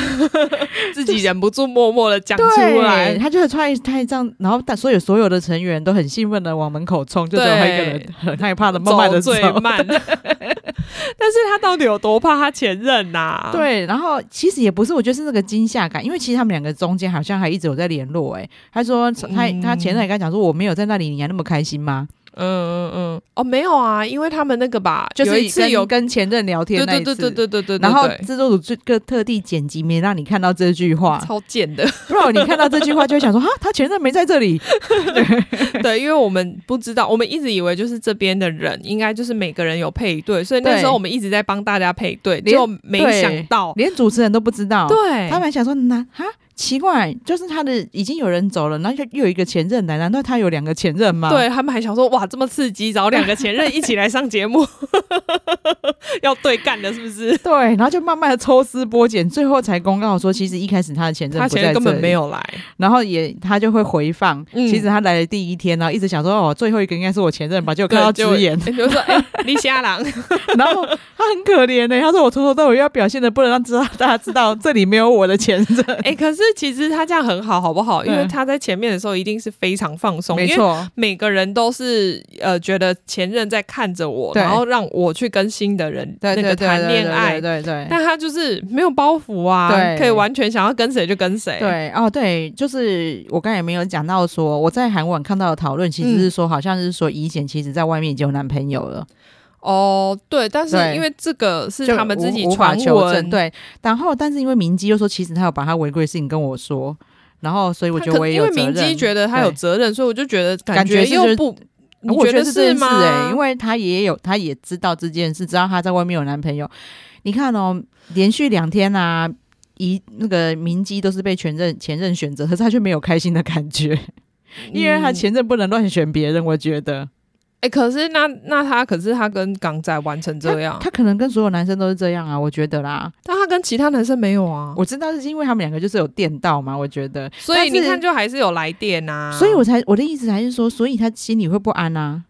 Speaker 2: 自己忍不住默默的讲
Speaker 1: 对
Speaker 2: 出来。
Speaker 1: 他就是穿一他一张，然后但所有所有的成员都很兴奋的往门口冲，就只有他一个人
Speaker 2: 对
Speaker 1: 很害怕的慢慢
Speaker 2: 走嗯
Speaker 1: 的走
Speaker 2: 最。 慢，但是他到底有多怕他前任啊呐、，
Speaker 1: 对，然后其实也不是，我觉得是那个惊吓感，因为其实他们两个中间好像还一直有在联络、欸。他说他、
Speaker 2: 嗯
Speaker 1: 他前任也跟他讲说，我没有在那里，你还那么开心吗？
Speaker 2: 嗯嗯嗯，哦，没有啊，因为他们那个吧，
Speaker 1: 就
Speaker 2: 有
Speaker 1: 是
Speaker 2: 一次
Speaker 1: 跟
Speaker 2: 有
Speaker 1: 跟前任聊天
Speaker 2: 对
Speaker 1: 那一
Speaker 2: 对
Speaker 1: 次，
Speaker 2: 对对对对对，
Speaker 1: 然后
Speaker 2: 对
Speaker 1: 制作组这个特地剪辑没让你看到这句话，
Speaker 2: 超贱的，
Speaker 1: 不然你看到这句话就会想说啊，他前任没在这里。
Speaker 2: 对，因为我们不知道，我们一直以为就是这边的人应该就是每个人有配对，所以那
Speaker 1: 对
Speaker 2: 时候我们一直在帮大家配对，
Speaker 1: 连
Speaker 2: 结果没想到，
Speaker 1: 连主持人都不知道。
Speaker 2: 对，
Speaker 1: 他们还想说，那哈奇怪，就是他的已经有人走了，然后就又有一个前任来，难道他有两个前任吗？，
Speaker 2: 对他们还想说哇这么刺激，找两个前任一起来上节目， 要对干的是不是？
Speaker 1: 对，然后就慢慢的抽丝剥茧，最后才公告说，其实一开始他的前任
Speaker 2: 他
Speaker 1: 不
Speaker 2: 前
Speaker 1: 在
Speaker 2: 任根本
Speaker 1: 这里
Speaker 2: 没，有来，
Speaker 1: 然后也他就会回放，
Speaker 2: 嗯
Speaker 1: 其实他来的第一天呢，然后一直想说哦，最后一个应该是我前任吧，结果看到
Speaker 2: 对就
Speaker 1: 直言，
Speaker 2: 就说哎、你瞎 狼，
Speaker 1: 然后他很可怜欸呢、他说我从头到尾要表现的不能让知道大家知道这里没有我的前任，
Speaker 2: 哎、可是其实他这样很好，好不好？因为
Speaker 1: 对
Speaker 2: 他在前面的时候一定是非常放松，
Speaker 1: 嗯没
Speaker 2: 因 为
Speaker 1: 错，
Speaker 2: 每个人都是呃觉得前任在看着我，
Speaker 1: 对
Speaker 2: 然后让我去跟新的人
Speaker 1: 对
Speaker 2: 那
Speaker 1: 对
Speaker 2: 个
Speaker 1: 对
Speaker 2: 谈恋爱，
Speaker 1: 对对对对
Speaker 2: 但他就是没有包袱啊，
Speaker 1: 对
Speaker 2: 可以完全想要跟谁就跟谁。
Speaker 1: 对哦，对，就是我刚才也没有讲到说，我在韩网看到的讨论，其实是说、好像是说以前其实在外面已经有男朋友了，
Speaker 2: 哦，对，但是
Speaker 1: 对
Speaker 2: 因为这个是
Speaker 1: 就
Speaker 2: 他们自己
Speaker 1: 无无法
Speaker 2: 传
Speaker 1: 求证
Speaker 2: 闻，，
Speaker 1: 对。然后但是因为明基又说，其实他有把他违规的事情跟我说，然后所以我
Speaker 2: 他
Speaker 1: 觉
Speaker 2: 可
Speaker 1: 得我也
Speaker 2: 因
Speaker 1: 有
Speaker 2: 为
Speaker 1: 责
Speaker 2: 明基
Speaker 1: 任。
Speaker 2: 觉得他有责任，所以我就觉得
Speaker 1: 感觉
Speaker 2: 觉
Speaker 1: 是就
Speaker 2: 又
Speaker 1: 是
Speaker 2: 不，你
Speaker 1: 我觉得
Speaker 2: 得
Speaker 1: 是这件事
Speaker 2: 吗？
Speaker 1: 欸因为他也有，他也知道这件事，知道他在外面有男朋友。你看哦，连续两天啊，一那个明基都是被前任前任选择，可是他却没有开心的感觉，因为他
Speaker 2: 嗯
Speaker 1: 前任不能乱选别人，我觉得。
Speaker 2: 哎、可是那 那他可是他跟港仔玩成这样，
Speaker 1: 他可能跟所有男生都是这样啊，我觉得啦。
Speaker 2: 但他跟跟其他男生没有啊，
Speaker 1: 我知道是因为他们两个就是有电到嘛，我觉得，
Speaker 2: 所以
Speaker 1: 但是
Speaker 2: 你看就还是有来电啊呐、
Speaker 1: 所以我才我的意思还是说，所以他心里会不安啊。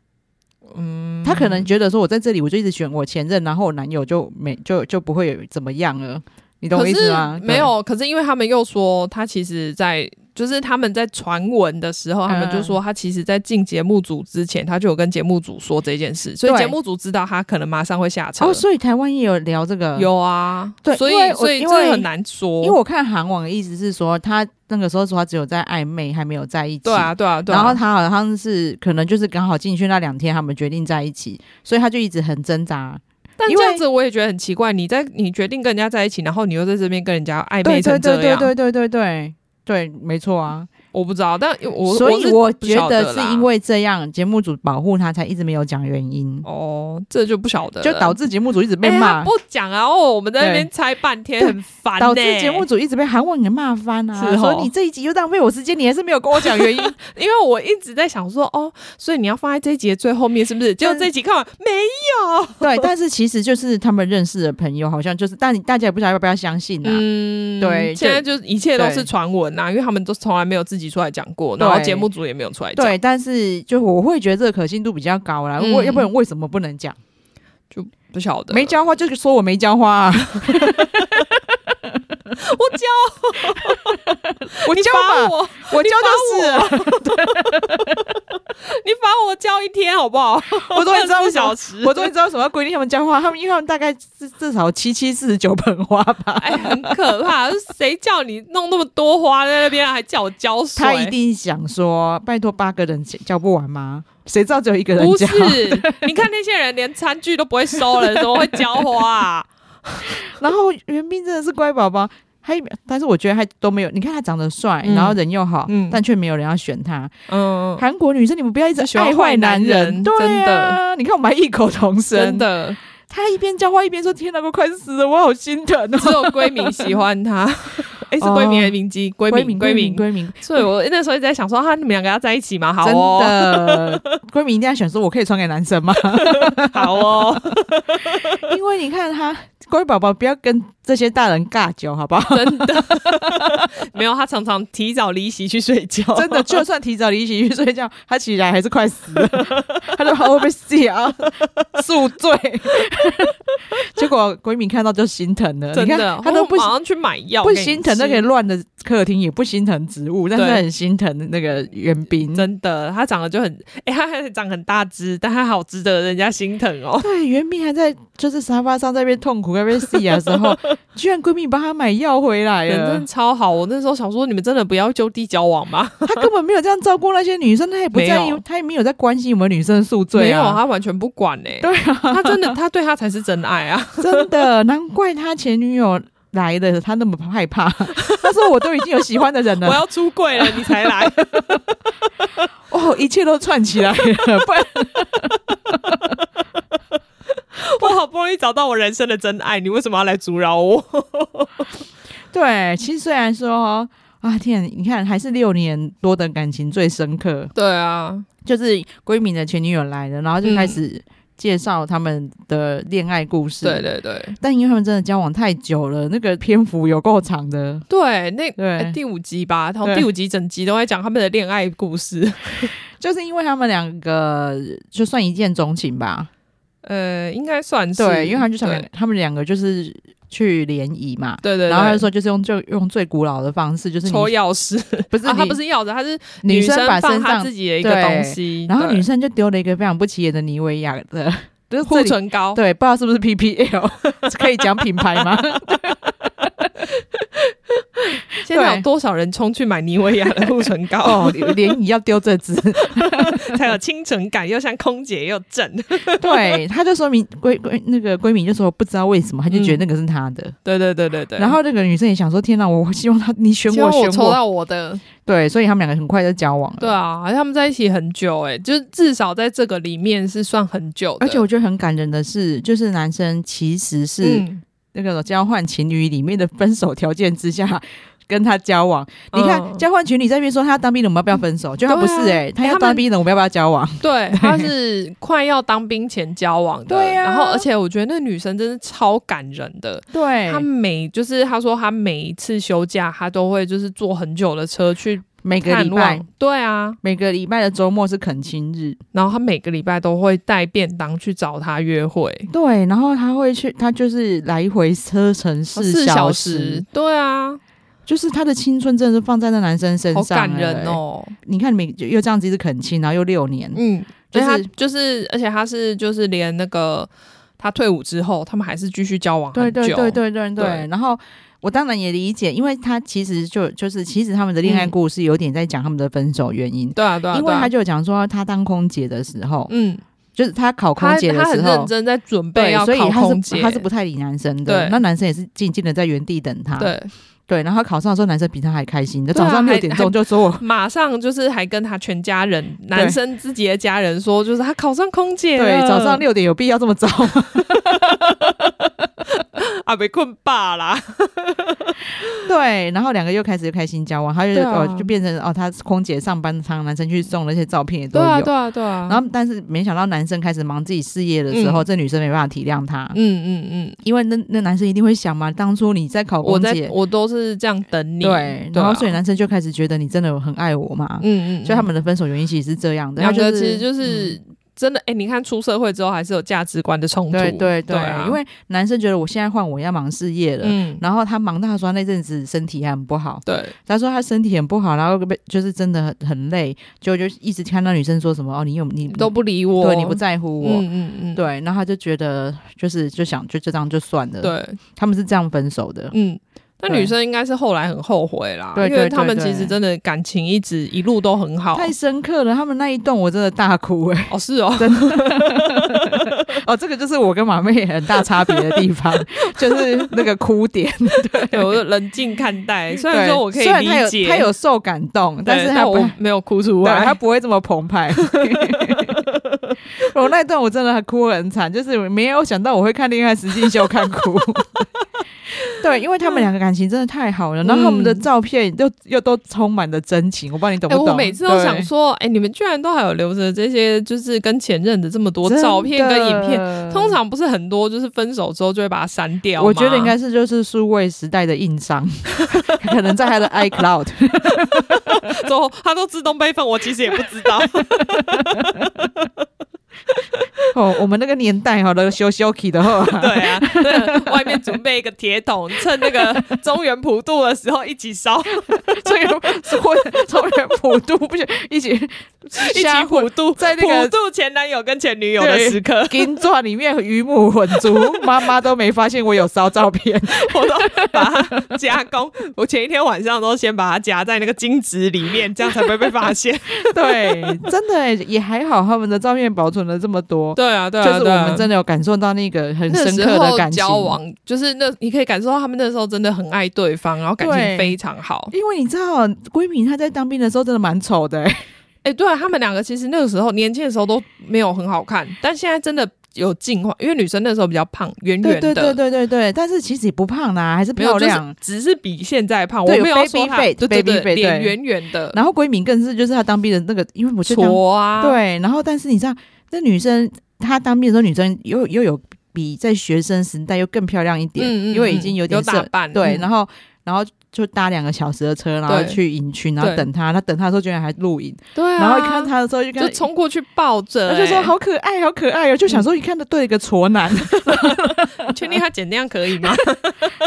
Speaker 2: 嗯，
Speaker 1: 他可能觉得说，我在这里我就一直选我前任，然后我男友就没就就不会有怎么样了，你懂我
Speaker 2: 可
Speaker 1: 意
Speaker 2: 是
Speaker 1: 思吗？
Speaker 2: 没有，可是因为他们又说他其实在。就是他们在传闻的时候，他
Speaker 1: 嗯
Speaker 2: 们就说他其实，在进节目组之前，他就有跟节目组说这件事，所以
Speaker 1: 对
Speaker 2: 节目组知道他可能马上会下车。
Speaker 1: 对哦，所以台湾也有聊这个，，
Speaker 2: 有啊，
Speaker 1: 对
Speaker 2: 所以
Speaker 1: 因为我
Speaker 2: 所以
Speaker 1: 因
Speaker 2: 这
Speaker 1: 为
Speaker 2: 个很难说，
Speaker 1: 因为我看韩网的意思是说，他那个时候说他只有在暧昧，还没有在一起，
Speaker 2: 对啊对啊对啊，
Speaker 1: 然后他好像是可能就是刚好进去那两天，他们决定在一起，所以他就一直很挣扎。
Speaker 2: 但
Speaker 1: 因为
Speaker 2: 这样子我也觉得很奇怪，你在你决定跟人家在一起，然后你又在这边跟人家暧昧成这样，
Speaker 1: 对对对对对对，没错啊。
Speaker 2: 我不知道，但我
Speaker 1: 所以
Speaker 2: 我
Speaker 1: 我
Speaker 2: 是不
Speaker 1: 觉
Speaker 2: 晓
Speaker 1: 得
Speaker 2: 得
Speaker 1: 是
Speaker 2: 啦
Speaker 1: 因为这样，节目组保护他才一直没有讲原因，
Speaker 2: 哦，这就不晓得了，
Speaker 1: 就导致节目组一直
Speaker 2: 哎
Speaker 1: 被
Speaker 2: 他
Speaker 1: 骂，
Speaker 2: 不讲啊，哦，我们在那边猜半天，
Speaker 1: 对
Speaker 2: 很烦呢，
Speaker 1: 导致节目组一直被韩网给骂翻啊，
Speaker 2: 是哦
Speaker 1: 说你这一集又浪费我时间，你还是没有跟我 讲原因。
Speaker 2: 因为我一直在想说，哦，所以你要放在这一集的最后面，是不是？结果这一集看完没
Speaker 1: 对，但是其实就是他们认识的朋友，好像就是，但你大家也不知道要不要相信啊。
Speaker 2: 嗯
Speaker 1: 对
Speaker 2: 现在就一切都
Speaker 1: 对
Speaker 2: 是传闻呐，因为他们都从来没有自己出来讲过，
Speaker 1: 对
Speaker 2: 然后节目组也没有出来讲，
Speaker 1: 对，但是就我会觉得这个可信度比较高啦，
Speaker 2: 嗯
Speaker 1: 我要不然为什么不能讲？
Speaker 2: 不晓得
Speaker 1: 没浇花就是说我没浇花、啊，
Speaker 2: 我教
Speaker 1: 我
Speaker 2: 你
Speaker 1: 浇
Speaker 2: 罚
Speaker 1: 吧，
Speaker 2: 我，
Speaker 1: 我浇就是了。
Speaker 2: 你罚我教一天好不好？
Speaker 1: 我终于知道为
Speaker 2: 四
Speaker 1: 什么
Speaker 2: 小时，
Speaker 1: 我终于知道什么要规定他们浇花，他们因为他们大概至至少七七四十九盆花吧，
Speaker 2: 哎，很可怕！谁叫你弄那么多花在那边，还叫我浇水？
Speaker 1: 他一定想说，拜托八个人浇不完吗？谁知道只有一个人
Speaker 2: 不
Speaker 1: 浇
Speaker 2: 是，你看那些人连餐具都不会收了，怎么会浇花啊？
Speaker 1: 然后袁斌真的是乖宝宝，还但是我觉得还都没有，你看他长得帅，
Speaker 2: 嗯
Speaker 1: 然后人又好，
Speaker 2: 嗯
Speaker 1: 但却没有人要选他。
Speaker 2: 嗯，
Speaker 1: 韩国女生，你们不要一直
Speaker 2: 就喜欢
Speaker 1: 爱坏男
Speaker 2: 坏男人
Speaker 1: 对啊，你看我们还异口同声，
Speaker 2: 真的，
Speaker 1: 他一边浇花一边说：“天哪，我快死了，我好心疼 哦。
Speaker 2: 只有闺蜜喜欢他。哎，是
Speaker 1: 哦
Speaker 2: 闺蜜还是明基？”闺蜜，闺蜜。
Speaker 1: 闺蜜，
Speaker 2: 所以我那时候一直在想说，啊哈，你们两个要在一起吗？好
Speaker 1: 真
Speaker 2: 哦，
Speaker 1: 的，闺蜜一定要选说：“我可以传给男生 吗？”
Speaker 2: 好哦，
Speaker 1: 因为你看他，闺宝宝不要跟这些大人尬酒，好不好？
Speaker 2: 真的。没有，他常常提早离席去睡觉，
Speaker 1: 真的，就算提早离席去睡觉，他起来还是快死了， 他就怕会被吓啊，宿醉。 结果闺蜜看到就心疼了，
Speaker 2: 真
Speaker 1: 你
Speaker 2: 的
Speaker 1: 看，他都不
Speaker 2: 我马上去买药
Speaker 1: 不
Speaker 2: 给你吃，
Speaker 1: 心疼那个乱的客厅，也不心疼植物，但是
Speaker 2: 对
Speaker 1: 很心疼那个袁斌。
Speaker 2: 真的，他长得就很，哎、他还长很大只，但他好值得人家心疼 哦。
Speaker 1: 对，袁斌还在就是沙发上在那边痛苦、在那边死啊的时 候，居然闺蜜帮他买药回来
Speaker 2: 人真
Speaker 1: 了
Speaker 2: 的。超好，我那时候想说，你们真的不要就地交往 吗？
Speaker 1: 他根本没有这样照顾那些女生，他也不在
Speaker 2: 没
Speaker 1: 意
Speaker 2: 有，
Speaker 1: 他也没有在关心有没有女生宿
Speaker 2: 没
Speaker 1: 醉
Speaker 2: 有，
Speaker 1: 啊。
Speaker 2: 他完全不管呢、
Speaker 1: 对啊，
Speaker 2: 他真的，他对他才是真爱啊！
Speaker 1: 真的，难怪他前女友来的他那么害 怕。他说我都已经有喜欢的人
Speaker 2: 我
Speaker 1: 了，
Speaker 2: 要出柜了，你才 来，
Speaker 1: 哦，一切都串起来 了，不然
Speaker 2: 我好不容易找到我人生的真爱，你为什么要来阻挠我？
Speaker 1: 对，其实虽然说。啊天！你看，还是六年多的感情最深刻，
Speaker 2: 对啊，
Speaker 1: 就是闺蜜的前女友来了，然后就开始介绍他们的恋爱故事。
Speaker 2: 对对对
Speaker 1: 但因为他们真的交往太久了，那个篇幅有够长的。
Speaker 2: 对，那。
Speaker 1: 对，
Speaker 2: 哎第五集吧，然后
Speaker 1: 对
Speaker 2: 第五集整集都在讲他们的恋爱 故事。
Speaker 1: 就是因为他们两个就算一见钟情吧。
Speaker 2: 呃，应该算是
Speaker 1: 对，因为他就想
Speaker 2: 对
Speaker 1: 他们两个就是去联谊嘛。
Speaker 2: 对对，
Speaker 1: 然后他就
Speaker 2: 对
Speaker 1: 说，就是用就用最古老的方式，就是你
Speaker 2: 抽钥匙，
Speaker 1: 不是
Speaker 2: 啊，他
Speaker 1: 你
Speaker 2: 不是钥匙，他是
Speaker 1: 女生把
Speaker 2: 放
Speaker 1: 身
Speaker 2: 她
Speaker 1: 上
Speaker 2: 自己的一个
Speaker 1: 对
Speaker 2: 东西，
Speaker 1: 然后
Speaker 2: 对
Speaker 1: 女生就丢了一个非常不起眼的妮维雅的，就是这
Speaker 2: 护
Speaker 1: 里
Speaker 2: 唇膏，
Speaker 1: 对，不知道是不是 PPL，可以讲品牌吗？
Speaker 2: 现在有多少人冲去买妮维雅的护唇 膏，
Speaker 1: 哦，联谊要丢这支，
Speaker 2: 才有清纯感，又像空姐又正。
Speaker 1: 对，他就说明闺闺那个闺蜜就说不知道为什么，他就觉得
Speaker 2: 嗯
Speaker 1: 那个是他的。
Speaker 2: 对对对对对。
Speaker 1: 然后那个女生也想说，天哪，我 希望他你选
Speaker 2: 希
Speaker 1: 我
Speaker 2: 望
Speaker 1: 选
Speaker 2: 我嗯抽到我的，
Speaker 1: 对，所以他们两个很快就交往了。
Speaker 2: 对啊，好像他们在一起很久哎、就是至少在这个里面是算很久的，
Speaker 1: 而且我觉得很感人的是，就是男生其实是
Speaker 2: 嗯，
Speaker 1: 那个交换情侣里面的分手条件之下，跟他交往。你看
Speaker 2: 嗯
Speaker 1: 交换群里在那边说他要当兵的，我们要不要分手？就他不是
Speaker 2: 对啊
Speaker 1: 哎、他
Speaker 2: 哎
Speaker 1: 要
Speaker 2: 他们
Speaker 1: 当兵的，我们要不要交往？
Speaker 2: 对，他是快要当兵前交往的，
Speaker 1: 对啊
Speaker 2: 然后而且我觉得那女生真是超感人的，
Speaker 1: 对
Speaker 2: 她每就是她说她每一次休假，她都会就是坐很久的车去
Speaker 1: 每个
Speaker 2: 看
Speaker 1: 礼拜
Speaker 2: 望，对啊，
Speaker 1: 每个礼拜的周末是恳亲日，
Speaker 2: 然后她每个礼拜都会带便当去找他约会，
Speaker 1: 对，然后他会去，他就是来回车程
Speaker 2: 哦四
Speaker 1: 四小
Speaker 2: 时，对啊，
Speaker 1: 就是他的青春真的是放在那男生身
Speaker 2: 好
Speaker 1: 上、
Speaker 2: 感
Speaker 1: 欸
Speaker 2: 人。哦，
Speaker 1: 你看每就又这样子一直恳亲，然后又六年，
Speaker 2: 嗯，
Speaker 1: 就
Speaker 2: 就是是就是，而且他是就是连那个他退伍之后，他们还是继续交往很
Speaker 1: 对
Speaker 2: 久，
Speaker 1: 对对对对对
Speaker 2: 对。
Speaker 1: 然后我当然也理解，因为他其实就就是其实他们的恋爱故事有点在讲他们的分手原因，
Speaker 2: 对啊对啊，
Speaker 1: 因
Speaker 2: 对
Speaker 1: 为
Speaker 2: 啊
Speaker 1: 他就有讲说他当空姐的时候，
Speaker 2: 嗯。
Speaker 1: 就是他考空
Speaker 2: 他
Speaker 1: 姐的
Speaker 2: 他很
Speaker 1: 时候
Speaker 2: 认。真在准备
Speaker 1: 对
Speaker 2: 要，
Speaker 1: 所以
Speaker 2: 考
Speaker 1: 他
Speaker 2: 空
Speaker 1: 是
Speaker 2: 姐，
Speaker 1: 他是不太理男生的，
Speaker 2: 对
Speaker 1: 那男生也是静静的在原地等他。
Speaker 2: 对，
Speaker 1: 对，然后考上的时候，男生比他还开心，就
Speaker 2: 对啊
Speaker 1: 早上
Speaker 2: 还
Speaker 1: 六点钟就说我，
Speaker 2: 马上就是还跟他全家人，男生自己的家人说，就是他考上空姐了
Speaker 1: 对，早上六点有必要这么早吗？
Speaker 2: 啊，被困罢啦，
Speaker 1: 对，然后两个又开始又开心交往，他就、
Speaker 2: 对啊
Speaker 1: 哦就变成哦，他是空姐上班，常男生去送那些照片也都
Speaker 2: 对
Speaker 1: 有。
Speaker 2: 啊对啊对啊，
Speaker 1: 然后，但是没想到男生开始忙自己事业的时候，这女生没办法体谅他，
Speaker 2: 嗯嗯嗯嗯，
Speaker 1: 因为那那男生一定会想嘛，当初你在考
Speaker 2: 我
Speaker 1: 空
Speaker 2: 在
Speaker 1: 姐，
Speaker 2: 我都是这样等你，
Speaker 1: 对，
Speaker 2: 对
Speaker 1: 然
Speaker 2: 啊
Speaker 1: 后所以男生就开始觉得你真的很爱我嘛，
Speaker 2: 嗯嗯，嗯
Speaker 1: 所以他们的分手原因其实是这样的，他
Speaker 2: 两个
Speaker 1: 就
Speaker 2: 其
Speaker 1: 是嗯
Speaker 2: 实就是真的，哎，你看出社会之后还是有价值观的冲突，
Speaker 1: 对对对，
Speaker 2: 啊
Speaker 1: 因为男生觉得我现在换我要忙事业了。
Speaker 2: 嗯
Speaker 1: 然后他忙到他说他那阵子身体还很不好，
Speaker 2: 对
Speaker 1: 他说他身体很不好，然后被就是真的很很累，就就一直看到女生说什么哦，你有你
Speaker 2: 都不理我，
Speaker 1: 对你不在乎我，
Speaker 2: 嗯嗯嗯，
Speaker 1: 对，然后他就觉得就是就想就就这样就算了，，
Speaker 2: 对，
Speaker 1: 他们是这样分手的，
Speaker 2: 嗯，那
Speaker 1: 对
Speaker 2: 女生应该是后来很后悔啦，
Speaker 1: 对
Speaker 2: 因为
Speaker 1: 对对
Speaker 2: 他们
Speaker 1: 对
Speaker 2: 其实真的感情一直一路都很好。
Speaker 1: 太深刻了，他们那一段我真的大哭 哎、
Speaker 2: 哦，是 哦，
Speaker 1: 哦，这个就是我跟马妹很大差别的地 方，就是那个哭点，
Speaker 2: 对，我就冷静看待。虽然
Speaker 1: 对
Speaker 2: 说我可以
Speaker 1: 虽然
Speaker 2: 理
Speaker 1: 他有
Speaker 2: 解，
Speaker 1: 他有受感动，
Speaker 2: 对，
Speaker 1: 但是他不
Speaker 2: 我没有哭出
Speaker 1: 对，他
Speaker 2: 来。哎
Speaker 1: 不会这么澎湃。 我那一段我真的还哭得很惨，就是没有想到我会看《恋爱实境秀》看哭。 对，因为他们两个感情真的太好了，然后他们的照片又又都充满了真情，我不知道你懂
Speaker 2: 哎、
Speaker 1: 不懂？
Speaker 2: 我每次都想
Speaker 1: 对
Speaker 2: 说，哎、你们居然都还有留着这些，就是跟前任的这么多照片跟影片。
Speaker 1: 片
Speaker 2: 通。常不是很多，就是分手之后就会把它删掉吗。
Speaker 1: 我觉得应该是就是数位时代的硬伤， 可能在他的 iCloud。
Speaker 2: 之后它都自动备份，我其实也不知 道。
Speaker 1: 哦，我们那个年代哈，那个修修 k 的哦 话，
Speaker 2: 对啊，对，外面准备一个铁桶，趁那个中原普渡的时候一起 烧，
Speaker 1: 这个是会从人普渡不是一起
Speaker 2: 一起普渡，
Speaker 1: 在那个
Speaker 2: 普渡前男友跟前女友的时刻，
Speaker 1: 金钻里面鱼目混珠，妈妈都没发现我有烧照片。
Speaker 2: 我都把它加工。我前一天晚上都先把它夹在那个金纸里面，这样才不会被发现。
Speaker 1: 对，真的欸也还好，他们的照片保存了这么多，
Speaker 2: 对啊，对
Speaker 1: 就是我们真的有感受到那个很
Speaker 2: 那
Speaker 1: 深
Speaker 2: 时
Speaker 1: 刻的
Speaker 2: 候
Speaker 1: 感情。
Speaker 2: 交往，就是那你可以感受到他们那时候真的很爱对方，然后感
Speaker 1: 对
Speaker 2: 情非常好。
Speaker 1: 因为你知道，闺蜜她在当兵的时候真的蛮丑的欸、
Speaker 2: 哎、对、啊、他们两个其实那个时候年轻的时候都没有很好看，但现在真的有进化，因为女生那时候比较胖，圆圆
Speaker 1: 对
Speaker 2: 的，
Speaker 1: 对对对对对，但是其实也不胖啦，还是
Speaker 2: 没有
Speaker 1: 漂亮。
Speaker 2: 就是只是比现在胖。我
Speaker 1: 对
Speaker 2: 没
Speaker 1: 有
Speaker 2: 有说
Speaker 1: baby
Speaker 2: 她
Speaker 1: fat，
Speaker 2: 对对
Speaker 1: baby fat，对
Speaker 2: 对，脸圆圆的，
Speaker 1: 然后闺蜜更是，就是她当兵的那个，因为我去当
Speaker 2: 矬啊，
Speaker 1: 对，然后但是你知道，这女生她当兵的时候，女生又又有比在学生时代又更漂亮一点，
Speaker 2: 嗯嗯
Speaker 1: 因为已经
Speaker 2: 嗯
Speaker 1: 有点
Speaker 2: 有打
Speaker 1: 社
Speaker 2: 扮
Speaker 1: 对，
Speaker 2: 嗯
Speaker 1: 然后然后就搭两个小时的车，然后
Speaker 2: 对
Speaker 1: 去营区，然后
Speaker 2: 对
Speaker 1: 等她，她等她的时候居然还录影，
Speaker 2: 对啊，
Speaker 1: 然后一看她的时候就看
Speaker 2: 就。冲欸嗯过去抱着、
Speaker 1: 她就说好可爱，好可爱哦！就想说，一看到对一个挫男，
Speaker 2: 哎，确定他剪那样可以吗？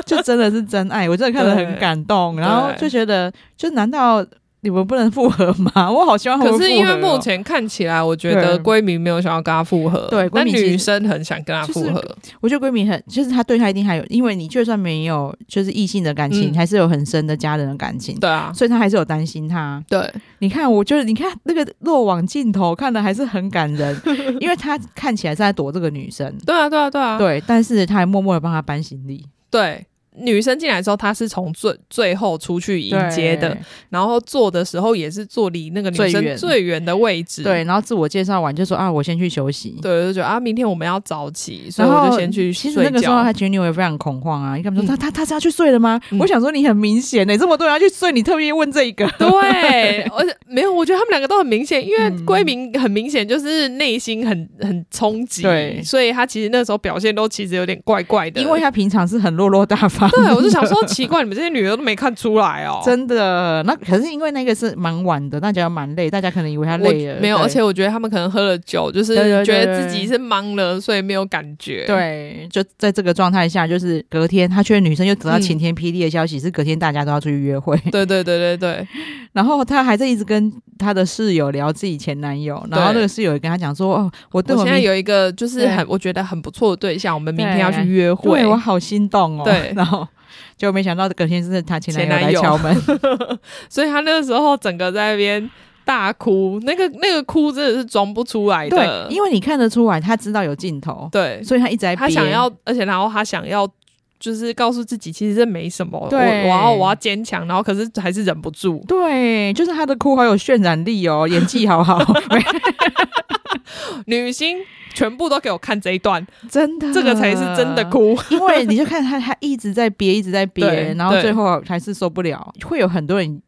Speaker 1: 就真的是真爱，我真的看得很
Speaker 2: 对
Speaker 1: 感动，然后就觉得，就难道你们不能复合吗？ 我好希望他们
Speaker 2: 可是因
Speaker 1: 复
Speaker 2: 为
Speaker 1: 合哦
Speaker 2: 目前看起来，我觉得
Speaker 1: 对
Speaker 2: 闺蜜没有想要跟他复合，
Speaker 1: 对闺
Speaker 2: 但
Speaker 1: 蜜其实
Speaker 2: 女生很想跟他复合，
Speaker 1: 我觉得闺蜜很，就是她对她一定还有，因为你就算没有就是异性的感情，
Speaker 2: 嗯
Speaker 1: 还是有很深的家人的感情，
Speaker 2: 对啊，
Speaker 1: 所以她还是有担心她。
Speaker 2: 对，
Speaker 1: 你看，我觉得你看那个落网镜头看的还是很感 人，因为她看起来是在躲这个女生，
Speaker 2: 对啊，对啊，对啊，
Speaker 1: 对，但是她还默默的帮她搬行李。
Speaker 2: 对。女生进来之后，她是从最最后出去迎接的，然后坐的时候也是坐离那个女
Speaker 1: 最
Speaker 2: 生
Speaker 1: 远
Speaker 2: 最远的位置。
Speaker 1: 对，对，然后自我介绍完就说啊，我先去休息。
Speaker 2: 对，我就觉得啊，明天我们要早起，所以
Speaker 1: 然后
Speaker 2: 我就先去
Speaker 1: 其实那
Speaker 2: 睡
Speaker 1: 个时候，
Speaker 2: 觉
Speaker 1: 他。前女友也非常恐慌啊，一跟他们说
Speaker 2: 嗯
Speaker 1: 他他他是要去睡了吗？
Speaker 2: 嗯
Speaker 1: 我想说你很明显欸呢、这么多人要去睡，你特别问这一 个。
Speaker 2: 对，而且没有，我觉得他们两个都很明显，因为
Speaker 1: 嗯
Speaker 2: 闺蜜很明显就是内心很很冲击，
Speaker 1: 对
Speaker 2: 所以她其实那时候表现都其实有点怪怪的。
Speaker 1: 因为他平常是很落落大方，
Speaker 2: 对，我就想说奇怪，你们这些女的都没看出来 哦，
Speaker 1: 真的。那可是因为那个是蛮晚的，大家蛮累，大家可能以为他
Speaker 2: 我
Speaker 1: 累了，
Speaker 2: 没有，
Speaker 1: 对
Speaker 2: 而且我觉得他们可能喝了酒，就是
Speaker 1: 对对对
Speaker 2: 觉得自己是忙了，所以没有感觉。，
Speaker 1: 对，就在这个状态下，就是隔天他劝女生又得
Speaker 2: 嗯
Speaker 1: 到晴天霹雳的消息，是隔天大家都要出去约会，
Speaker 2: 对对对对对
Speaker 1: 然后他还在一直跟他的室友聊自己前男友，然后
Speaker 2: 对
Speaker 1: 那个室友也跟他讲说，哦，我对
Speaker 2: 我
Speaker 1: 我
Speaker 2: 现在
Speaker 1: 明
Speaker 2: 有一个就是
Speaker 1: 对
Speaker 2: 很我觉得很不错的对象，我们明天
Speaker 1: 对
Speaker 2: 要去约会
Speaker 1: 对。我好心动哦，
Speaker 2: 对
Speaker 1: 然后就没想到隔天是他前男友
Speaker 2: 前男
Speaker 1: 来
Speaker 2: 友
Speaker 1: 敲门，
Speaker 2: 所以他那个时候整个在那边大哭，那个那个哭真的是装不出来的
Speaker 1: 对，。因为你看得出来，他知道有镜头，
Speaker 2: 对，
Speaker 1: 所以他一直在
Speaker 2: 他
Speaker 1: 憋
Speaker 2: 想要，而且然后他想要。就是告诉自己，其实这没什么，我
Speaker 1: 对
Speaker 2: 我要我要坚强，然后可是还是忍不住。
Speaker 1: 对，就是他的哭好有渲染力哦，演技好 好，没
Speaker 2: 女星全部都给我看这一段，
Speaker 1: 真的，
Speaker 2: 这个才是真
Speaker 1: 啊
Speaker 2: 的。哭。
Speaker 1: 因为你就看他，他一直在憋，一直在
Speaker 2: 对
Speaker 1: 憋，然后
Speaker 2: 对
Speaker 1: 最后还是受不了。会有很多人，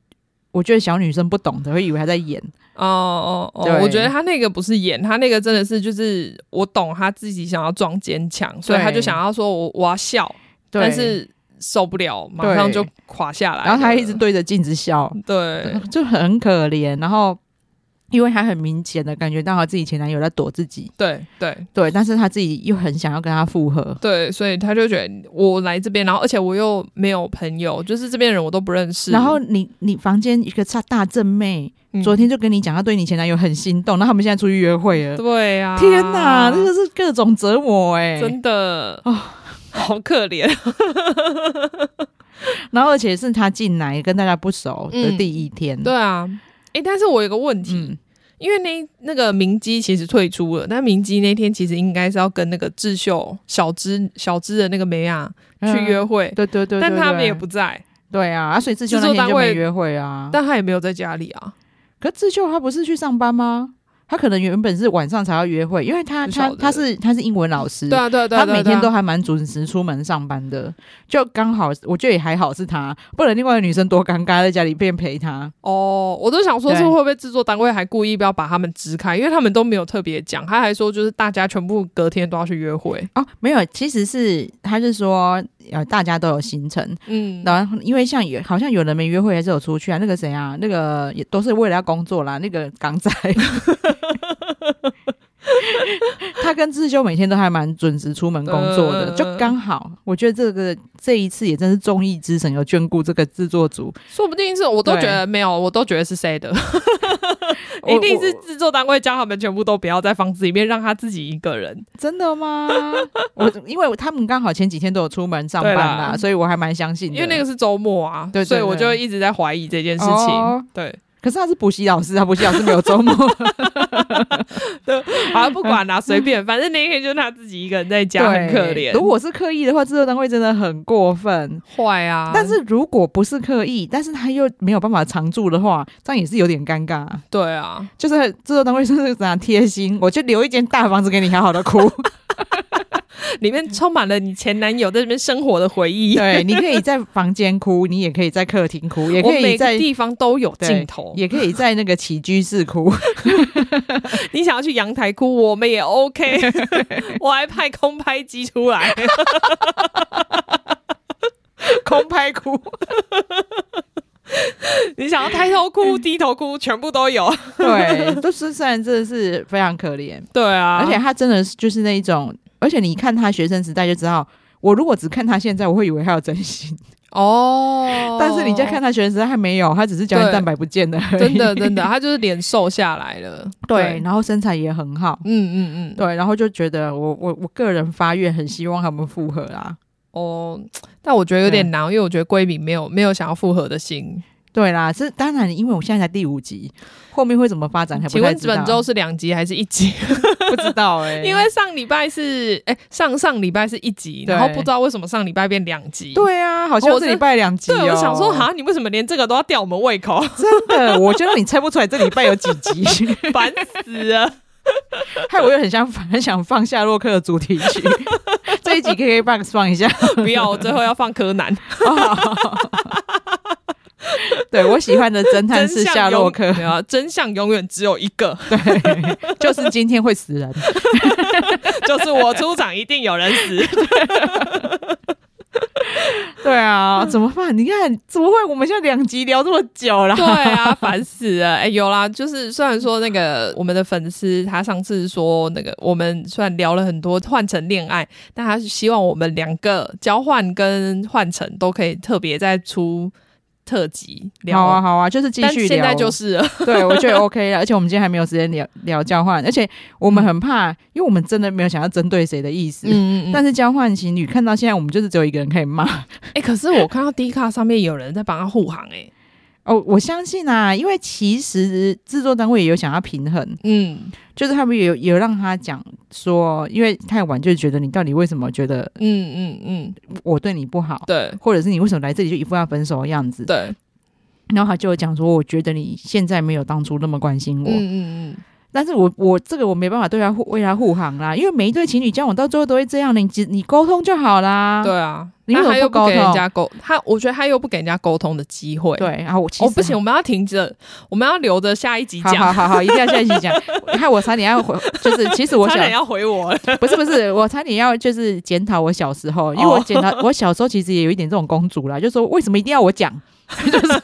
Speaker 1: 我觉得小女生不懂的，会以为他在演。
Speaker 2: 哦哦哦，
Speaker 1: 对
Speaker 2: 我觉得他那个不是演，他那个真的是就是我懂他自己想要装坚强，所以他就想要说我我要笑，
Speaker 1: 对
Speaker 2: 但，是受不了，马
Speaker 1: 对
Speaker 2: 上就垮下来了。
Speaker 1: 然后他一直对着镜子笑，
Speaker 2: 对
Speaker 1: 就很可怜。然后，因为他很明显的感觉到他自己前男友在躲自己，
Speaker 2: 对对
Speaker 1: 对，但是他自己又很想要跟他复合。
Speaker 2: 对，所以他就觉得我来这边，然后而且我又没有朋友，就是这边人我都不认识。
Speaker 1: 然后你你房间一个大大正妹，
Speaker 2: 嗯
Speaker 1: 昨天就跟你讲，她对你前男友很心动，那他们现在出去约会了。
Speaker 2: 对啊，
Speaker 1: 天哪，这个是各种折磨哎、哦
Speaker 2: 真的好可 怜。
Speaker 1: 然后而且是他进来跟大家不熟的第一天，
Speaker 2: 嗯对啊，诶，但是我有个问题，
Speaker 1: 嗯，
Speaker 2: 因为那那个明基其实退出了，但明基那天其实应该是要跟那个智秀、小芝、小芝的那个梅亚去约会，
Speaker 1: 嗯对，对对对对，
Speaker 2: 但他们也不在，
Speaker 1: 对啊，啊所以自秀
Speaker 2: 制
Speaker 1: 那
Speaker 2: 作单
Speaker 1: 天就
Speaker 2: 位
Speaker 1: 没约会啊。
Speaker 2: 但他也没有在家里啊，
Speaker 1: 可自秀他不是去上班吗？他可能原本是晚上才要约会，因为他
Speaker 2: 不
Speaker 1: 他
Speaker 2: 晓得
Speaker 1: 他是他是英文老师，
Speaker 2: 对啊，对啊，对啊，
Speaker 1: 他
Speaker 2: 对啊
Speaker 1: 每天
Speaker 2: 对
Speaker 1: 都
Speaker 2: 啊
Speaker 1: 还蛮准时出门上班的，就刚好，我觉得也还好是他，不然另外一个女生多尴尬，在家里边陪他。
Speaker 2: 哦，我都想说是
Speaker 1: 对
Speaker 2: 会不会制作单位还故意不要把他们支开，因为他们都没有特别讲，他还说就是大家全部隔天都要去约会，
Speaker 1: 哦，没有，其实是他是说，呃，大家都有行程，
Speaker 2: 嗯，
Speaker 1: 然后因为像有好像有人没约会还是有出去啊，那个谁啊，那个也都是为了要工作啦，那个港 仔。他跟智修每天都还蛮准时出门工作的，
Speaker 2: 嗯
Speaker 1: 就刚好，我觉得这个这一次也真是综艺之神有眷顾这个制作组，
Speaker 2: 说不定是我都
Speaker 1: 对
Speaker 2: 觉得没有，我都觉得是谁的，
Speaker 1: 我
Speaker 2: 一定是
Speaker 1: 我
Speaker 2: 制作单位叫他们全部都不要在房子里面，让他自己一个人。
Speaker 1: 真的 吗？我因为他们刚好前几天都有出门上班啦，
Speaker 2: 对啦
Speaker 1: 所以我还蛮相信的。
Speaker 2: 因为那个是周末啊，
Speaker 1: 对对
Speaker 2: 所以我
Speaker 1: 对
Speaker 2: 就一直在怀疑这件事情。
Speaker 1: 哦
Speaker 2: 对，
Speaker 1: 可是他是补习老师啊，补习老师没有周末。
Speaker 2: 好像不管 啦、随便，反正那天就是他自己一个人在家，很可
Speaker 1: 对
Speaker 2: 怜，
Speaker 1: 如果是刻意的话，制作单位真的很过分。
Speaker 2: 坏啊。
Speaker 1: 但是如果不是刻意，但是他又没有办法常住的话，这样也是有点尴尬。
Speaker 2: 对啊，
Speaker 1: 就是制作单位是不是怎样贴心，我就留一间大房子给你好好的哭。
Speaker 2: 里面充满了你前男友在这边生活的回 忆。
Speaker 1: 对，你可以在房间哭，你也可以在客厅哭，也
Speaker 2: 我
Speaker 1: 可以
Speaker 2: 每
Speaker 1: 在
Speaker 2: 个地方都有
Speaker 1: 对
Speaker 2: 镜头，
Speaker 1: 也可以在那个起居室 哭。
Speaker 2: 你想要去阳台哭，我们也 OK。我还派空拍机出 来，
Speaker 1: 空拍哭，
Speaker 2: 你想要抬头哭、低头哭，全部都有。
Speaker 1: 对，就是虽然真的是非常可怜，
Speaker 2: 对啊，
Speaker 1: 而且他真的是就是那一种，而且你看他学生时代就知道，我如果只看他现在，我会以为他有真心，
Speaker 2: 哦，
Speaker 1: 但是你在看他学生时代他没有，他只是胶原蛋白不见了而已，
Speaker 2: 真的真的，他就是脸瘦下来了。
Speaker 1: 对，，然后身材也很好。
Speaker 2: 嗯嗯嗯，
Speaker 1: 对，然后就觉得我我我个人发愿很希望他们复合啦。嗯
Speaker 2: 哦，但我觉得有点难，因为我觉得闺蜜没有没有想要复合的心，
Speaker 1: 对啦，是当然，因为我现在才第五集，后面会怎么发展还不
Speaker 2: 请
Speaker 1: 太
Speaker 2: 问
Speaker 1: 知道。
Speaker 2: 本周是两集还是一集？
Speaker 1: 不知道哎、
Speaker 2: 因为上礼拜是哎、上上礼拜是一集，
Speaker 1: 对
Speaker 2: 然后不知道为什么上礼拜变两集。
Speaker 1: 对啊，好像
Speaker 2: 我
Speaker 1: 这
Speaker 2: 真
Speaker 1: 礼拜两集、
Speaker 2: 对，
Speaker 1: 哦
Speaker 2: 我想说，哈，你为什么连这个都要吊我们胃口？
Speaker 1: 真的，我觉得你猜不出来这礼拜有几集，
Speaker 2: 烦死了！
Speaker 1: 害我又很想很想放夏洛克的主题曲， 这一集 KKBOX 放一下。
Speaker 2: 不要，我最后要放 柯南，
Speaker 1: 对我喜欢的侦探
Speaker 2: 真
Speaker 1: 是
Speaker 2: 相
Speaker 1: 夏洛克
Speaker 2: 永，没有啊真相永远只有一个，
Speaker 1: 对， 就是今天会死人。
Speaker 2: 就是我出场一定有人死。
Speaker 1: 对啊，怎么办？你看，怎么会我们现在两集聊这么久啦？
Speaker 2: 对啊，烦死了！哎、有啦，就是虽然说那个我们的粉丝他上次说那个我们虽然聊了很多换乘恋爱，但他是希望我们两个交换跟换乘都可以特别再出特辑聊。
Speaker 1: 好啊，好啊，就是继
Speaker 2: 但
Speaker 1: 续聊。
Speaker 2: 现 在就是了，
Speaker 1: 对，我觉得 OK 了。而且我们今天还没有时间聊聊交换，而且我们很怕，因为我们真的没有想要针对谁的意思。
Speaker 2: 嗯 但
Speaker 1: 但是交换情侣看到现在，我们就是只有一个人可以骂。
Speaker 2: 哎、可是我看到 D 卡上面有人在帮他护航、哎，
Speaker 1: 哦，我相信啊，因为其实制作单位也有想要平衡，
Speaker 2: 嗯
Speaker 1: 就是他们也有也有让他讲说，因为太晚就觉得你到底为什么觉得
Speaker 2: 嗯嗯嗯，
Speaker 1: 我对你不好，
Speaker 2: 对
Speaker 1: 或者是你为什么来这里就一副要分手的样子。
Speaker 2: 对，
Speaker 1: 然后他就有讲说，我觉得你现在没有当初那么关心
Speaker 2: 嗯
Speaker 1: 我，
Speaker 2: 嗯嗯，
Speaker 1: 但是我我这个我没办法对他护为他护航啦，因为每一对情侣交往到最后都会这样的，你只你沟通就好啦。
Speaker 2: 对啊，
Speaker 1: 你为
Speaker 2: 那
Speaker 1: 什么
Speaker 2: 他又
Speaker 1: 不沟
Speaker 2: 不给
Speaker 1: 通
Speaker 2: 人家沟，他我觉得他又不给人家沟通的机会，
Speaker 1: 对，然后我其实啊
Speaker 2: 哦，不行，我们要停着，我们要留着下一集
Speaker 1: 好
Speaker 2: 讲。
Speaker 1: 好好好，一定要下一起 讲。害我差点要回，就是其实我
Speaker 2: 差
Speaker 1: 想
Speaker 2: 点要哦 回我了，
Speaker 1: 不是不是，我差点要就是检讨我小时候，因为我检讨我小时候其实也有一点这种公主啦，就说为什么一定要我讲？ 就是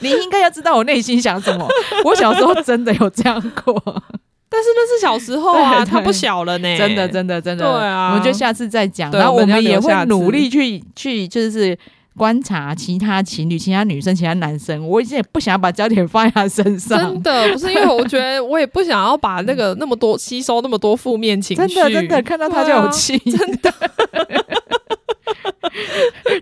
Speaker 1: 你应该要知道我内心想什么。我小时候真的有这样过，
Speaker 2: 但是那是小时候啊，
Speaker 1: 对对
Speaker 2: 他不小了呢，
Speaker 1: 真的真的真的。
Speaker 2: 对啊
Speaker 1: 我们就下次再讲，
Speaker 2: 对
Speaker 1: 然后
Speaker 2: 我们要
Speaker 1: 们也
Speaker 2: 留
Speaker 1: 会
Speaker 2: 下次
Speaker 1: 努力去去就是。观察其他情侣、其他女生、其他男生，我已经也不想把焦点放在他身上
Speaker 2: 真，的不是因为我觉得我也不想要把那个那么多吸收那么多负面情
Speaker 1: 真
Speaker 2: 绪，
Speaker 1: 的真的看到他就
Speaker 2: 对啊
Speaker 1: 有 气，真的。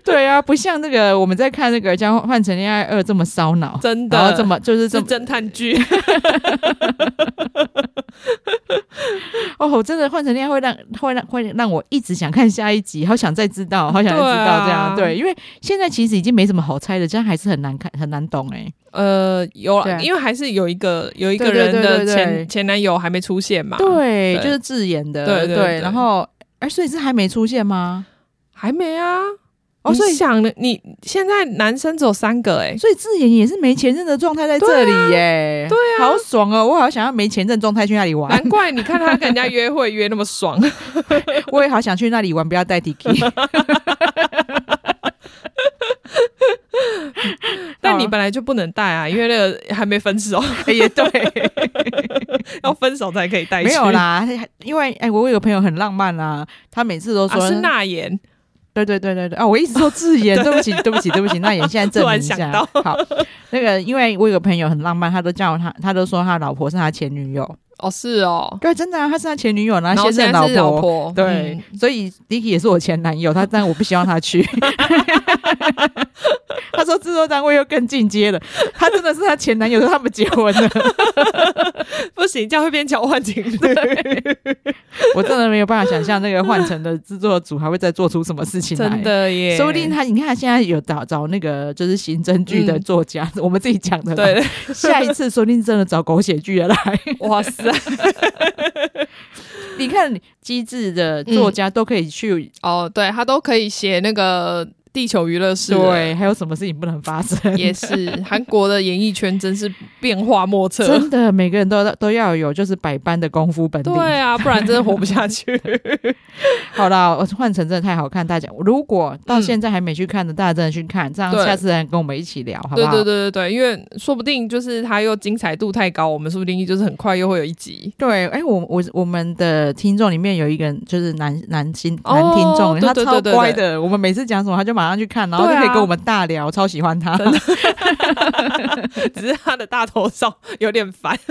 Speaker 1: 对啊，不像那个我们在看那个《将换成恋爱二》这么烧脑，
Speaker 2: 真
Speaker 1: 然
Speaker 2: 的
Speaker 1: 后这么就是这
Speaker 2: 是
Speaker 1: 么
Speaker 2: 侦探剧，
Speaker 1: 哦，我真的《换成恋爱》会让会让会让我一直想看下一集，好想再知道，好想再知
Speaker 2: 对啊
Speaker 1: 道这样。对，因为现在其实已经没什么好猜的，这样还是很难看很难懂哎、
Speaker 2: 呃，有
Speaker 1: 对啊
Speaker 2: 啦，因为还是有一个有一个
Speaker 1: 对对
Speaker 2: 人
Speaker 1: 对
Speaker 2: 的
Speaker 1: 对对
Speaker 2: 前前男友还没出现嘛，，
Speaker 1: 对，
Speaker 2: 对
Speaker 1: 就是自演的，
Speaker 2: 对对对
Speaker 1: 然后哎，所以是还没出现吗？
Speaker 2: 还没啊，
Speaker 1: 哦
Speaker 2: 哦，
Speaker 1: 所
Speaker 2: 所
Speaker 1: 以
Speaker 2: 以想了，你现在男生只有三个 哎，
Speaker 1: 所以自演也是没前任的状态在
Speaker 2: 啊
Speaker 1: 这里耶、对啊，好爽哦！我好想要没前任状态去那里玩。
Speaker 2: 难怪你看他跟人家约会约那么爽，
Speaker 1: 我也好想去那里玩，不要带 Tiki。
Speaker 2: 但你本来就不能带啊，因为那个还没分 手，
Speaker 1: 也 对，
Speaker 2: 要分手才可以带去。
Speaker 1: 没有啦，因为哎、我有个朋友很浪漫啊，他每次都
Speaker 2: 啊，
Speaker 1: 说、
Speaker 2: 是那言，
Speaker 1: 对对对对对啊，我一直说自 言，对不起对不起对不起，那也现在证明一
Speaker 2: 突
Speaker 1: 下
Speaker 2: 然想到。
Speaker 1: 好，那个因为我有个朋友很浪漫，他都叫他，他都说他老婆是他前女友，
Speaker 2: 哦，是哦，
Speaker 1: 对，真的、啊，他是他前女友，然
Speaker 2: 然
Speaker 1: 后
Speaker 2: 后
Speaker 1: 任
Speaker 2: 现
Speaker 1: 老
Speaker 2: 在是老
Speaker 1: 哦
Speaker 2: 婆，
Speaker 1: 对，所以 Dicky 也是我前男友，他但我不希望他去。 他说制作单位又更进阶了，他真的是他前男友，他们结婚 了。
Speaker 2: 嗯，不行，这样会变交换情 侣。
Speaker 1: 我真的没有办法想象那个换成的制作组还会再做出什么事情来。
Speaker 2: 真，的耶，
Speaker 1: 说不定他，你看他现在有找找那个就是刑侦剧的作家，我们自己讲的。，
Speaker 2: 对，
Speaker 1: 下一次说不定真的找狗血剧的来。
Speaker 2: 哇塞，
Speaker 1: 你看机智的作家都可以去，
Speaker 2: 哦，对他都可以写那个地球娱乐室，，
Speaker 1: 对，还有什么事情不能发生？
Speaker 2: 也是韩国的演艺圈真是变化莫测。
Speaker 1: 真的，每个人都都要有就是百般的功夫本领。
Speaker 2: 对啊，不然真的活不 下去。
Speaker 1: 好啦，我换成真的太好看，大家如果到现在还没去看的，大家真的去看，这样
Speaker 2: 对
Speaker 1: 下次再跟我们一起聊，好不
Speaker 2: 对
Speaker 1: 好？
Speaker 2: 对对
Speaker 1: 对。
Speaker 2: 对对，因为说不定就是他又精彩度太高，我们说不定就是很快又会有一集。
Speaker 1: 哎、我我我们的听众里面有一个人就是男男听
Speaker 2: 哦
Speaker 1: 男听众，
Speaker 2: 对
Speaker 1: 他
Speaker 2: 对
Speaker 1: 超
Speaker 2: 对对
Speaker 1: 乖的。我们每次讲什么，他就马上去看，然后就
Speaker 2: 对啊
Speaker 1: 可以跟我们大聊，超喜欢他。
Speaker 2: 只是他的大头照有点烦，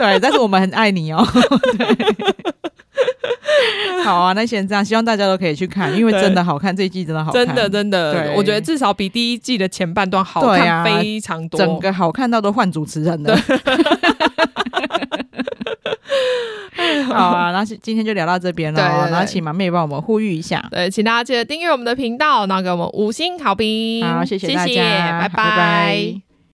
Speaker 1: 对，但是我们很爱你哦。对好啊，那先这样，希望大家都可以去看，因为真的好看，这一季真的好看，
Speaker 2: 真的真的，
Speaker 1: 对
Speaker 2: 我觉得至少比第一季的前半段好
Speaker 1: 对啊
Speaker 2: 看非常多。
Speaker 1: 整个好看到都换主持人了。 好啊，那今天就聊到这边了。
Speaker 2: 对对对
Speaker 1: 然后请马妹帮我们呼吁一下。
Speaker 2: 对，请大家记得订阅我们的频道，然后给我们五星好评。
Speaker 1: 好，谢
Speaker 2: 嗯谢
Speaker 1: 大家，
Speaker 2: 拜
Speaker 1: 拜拜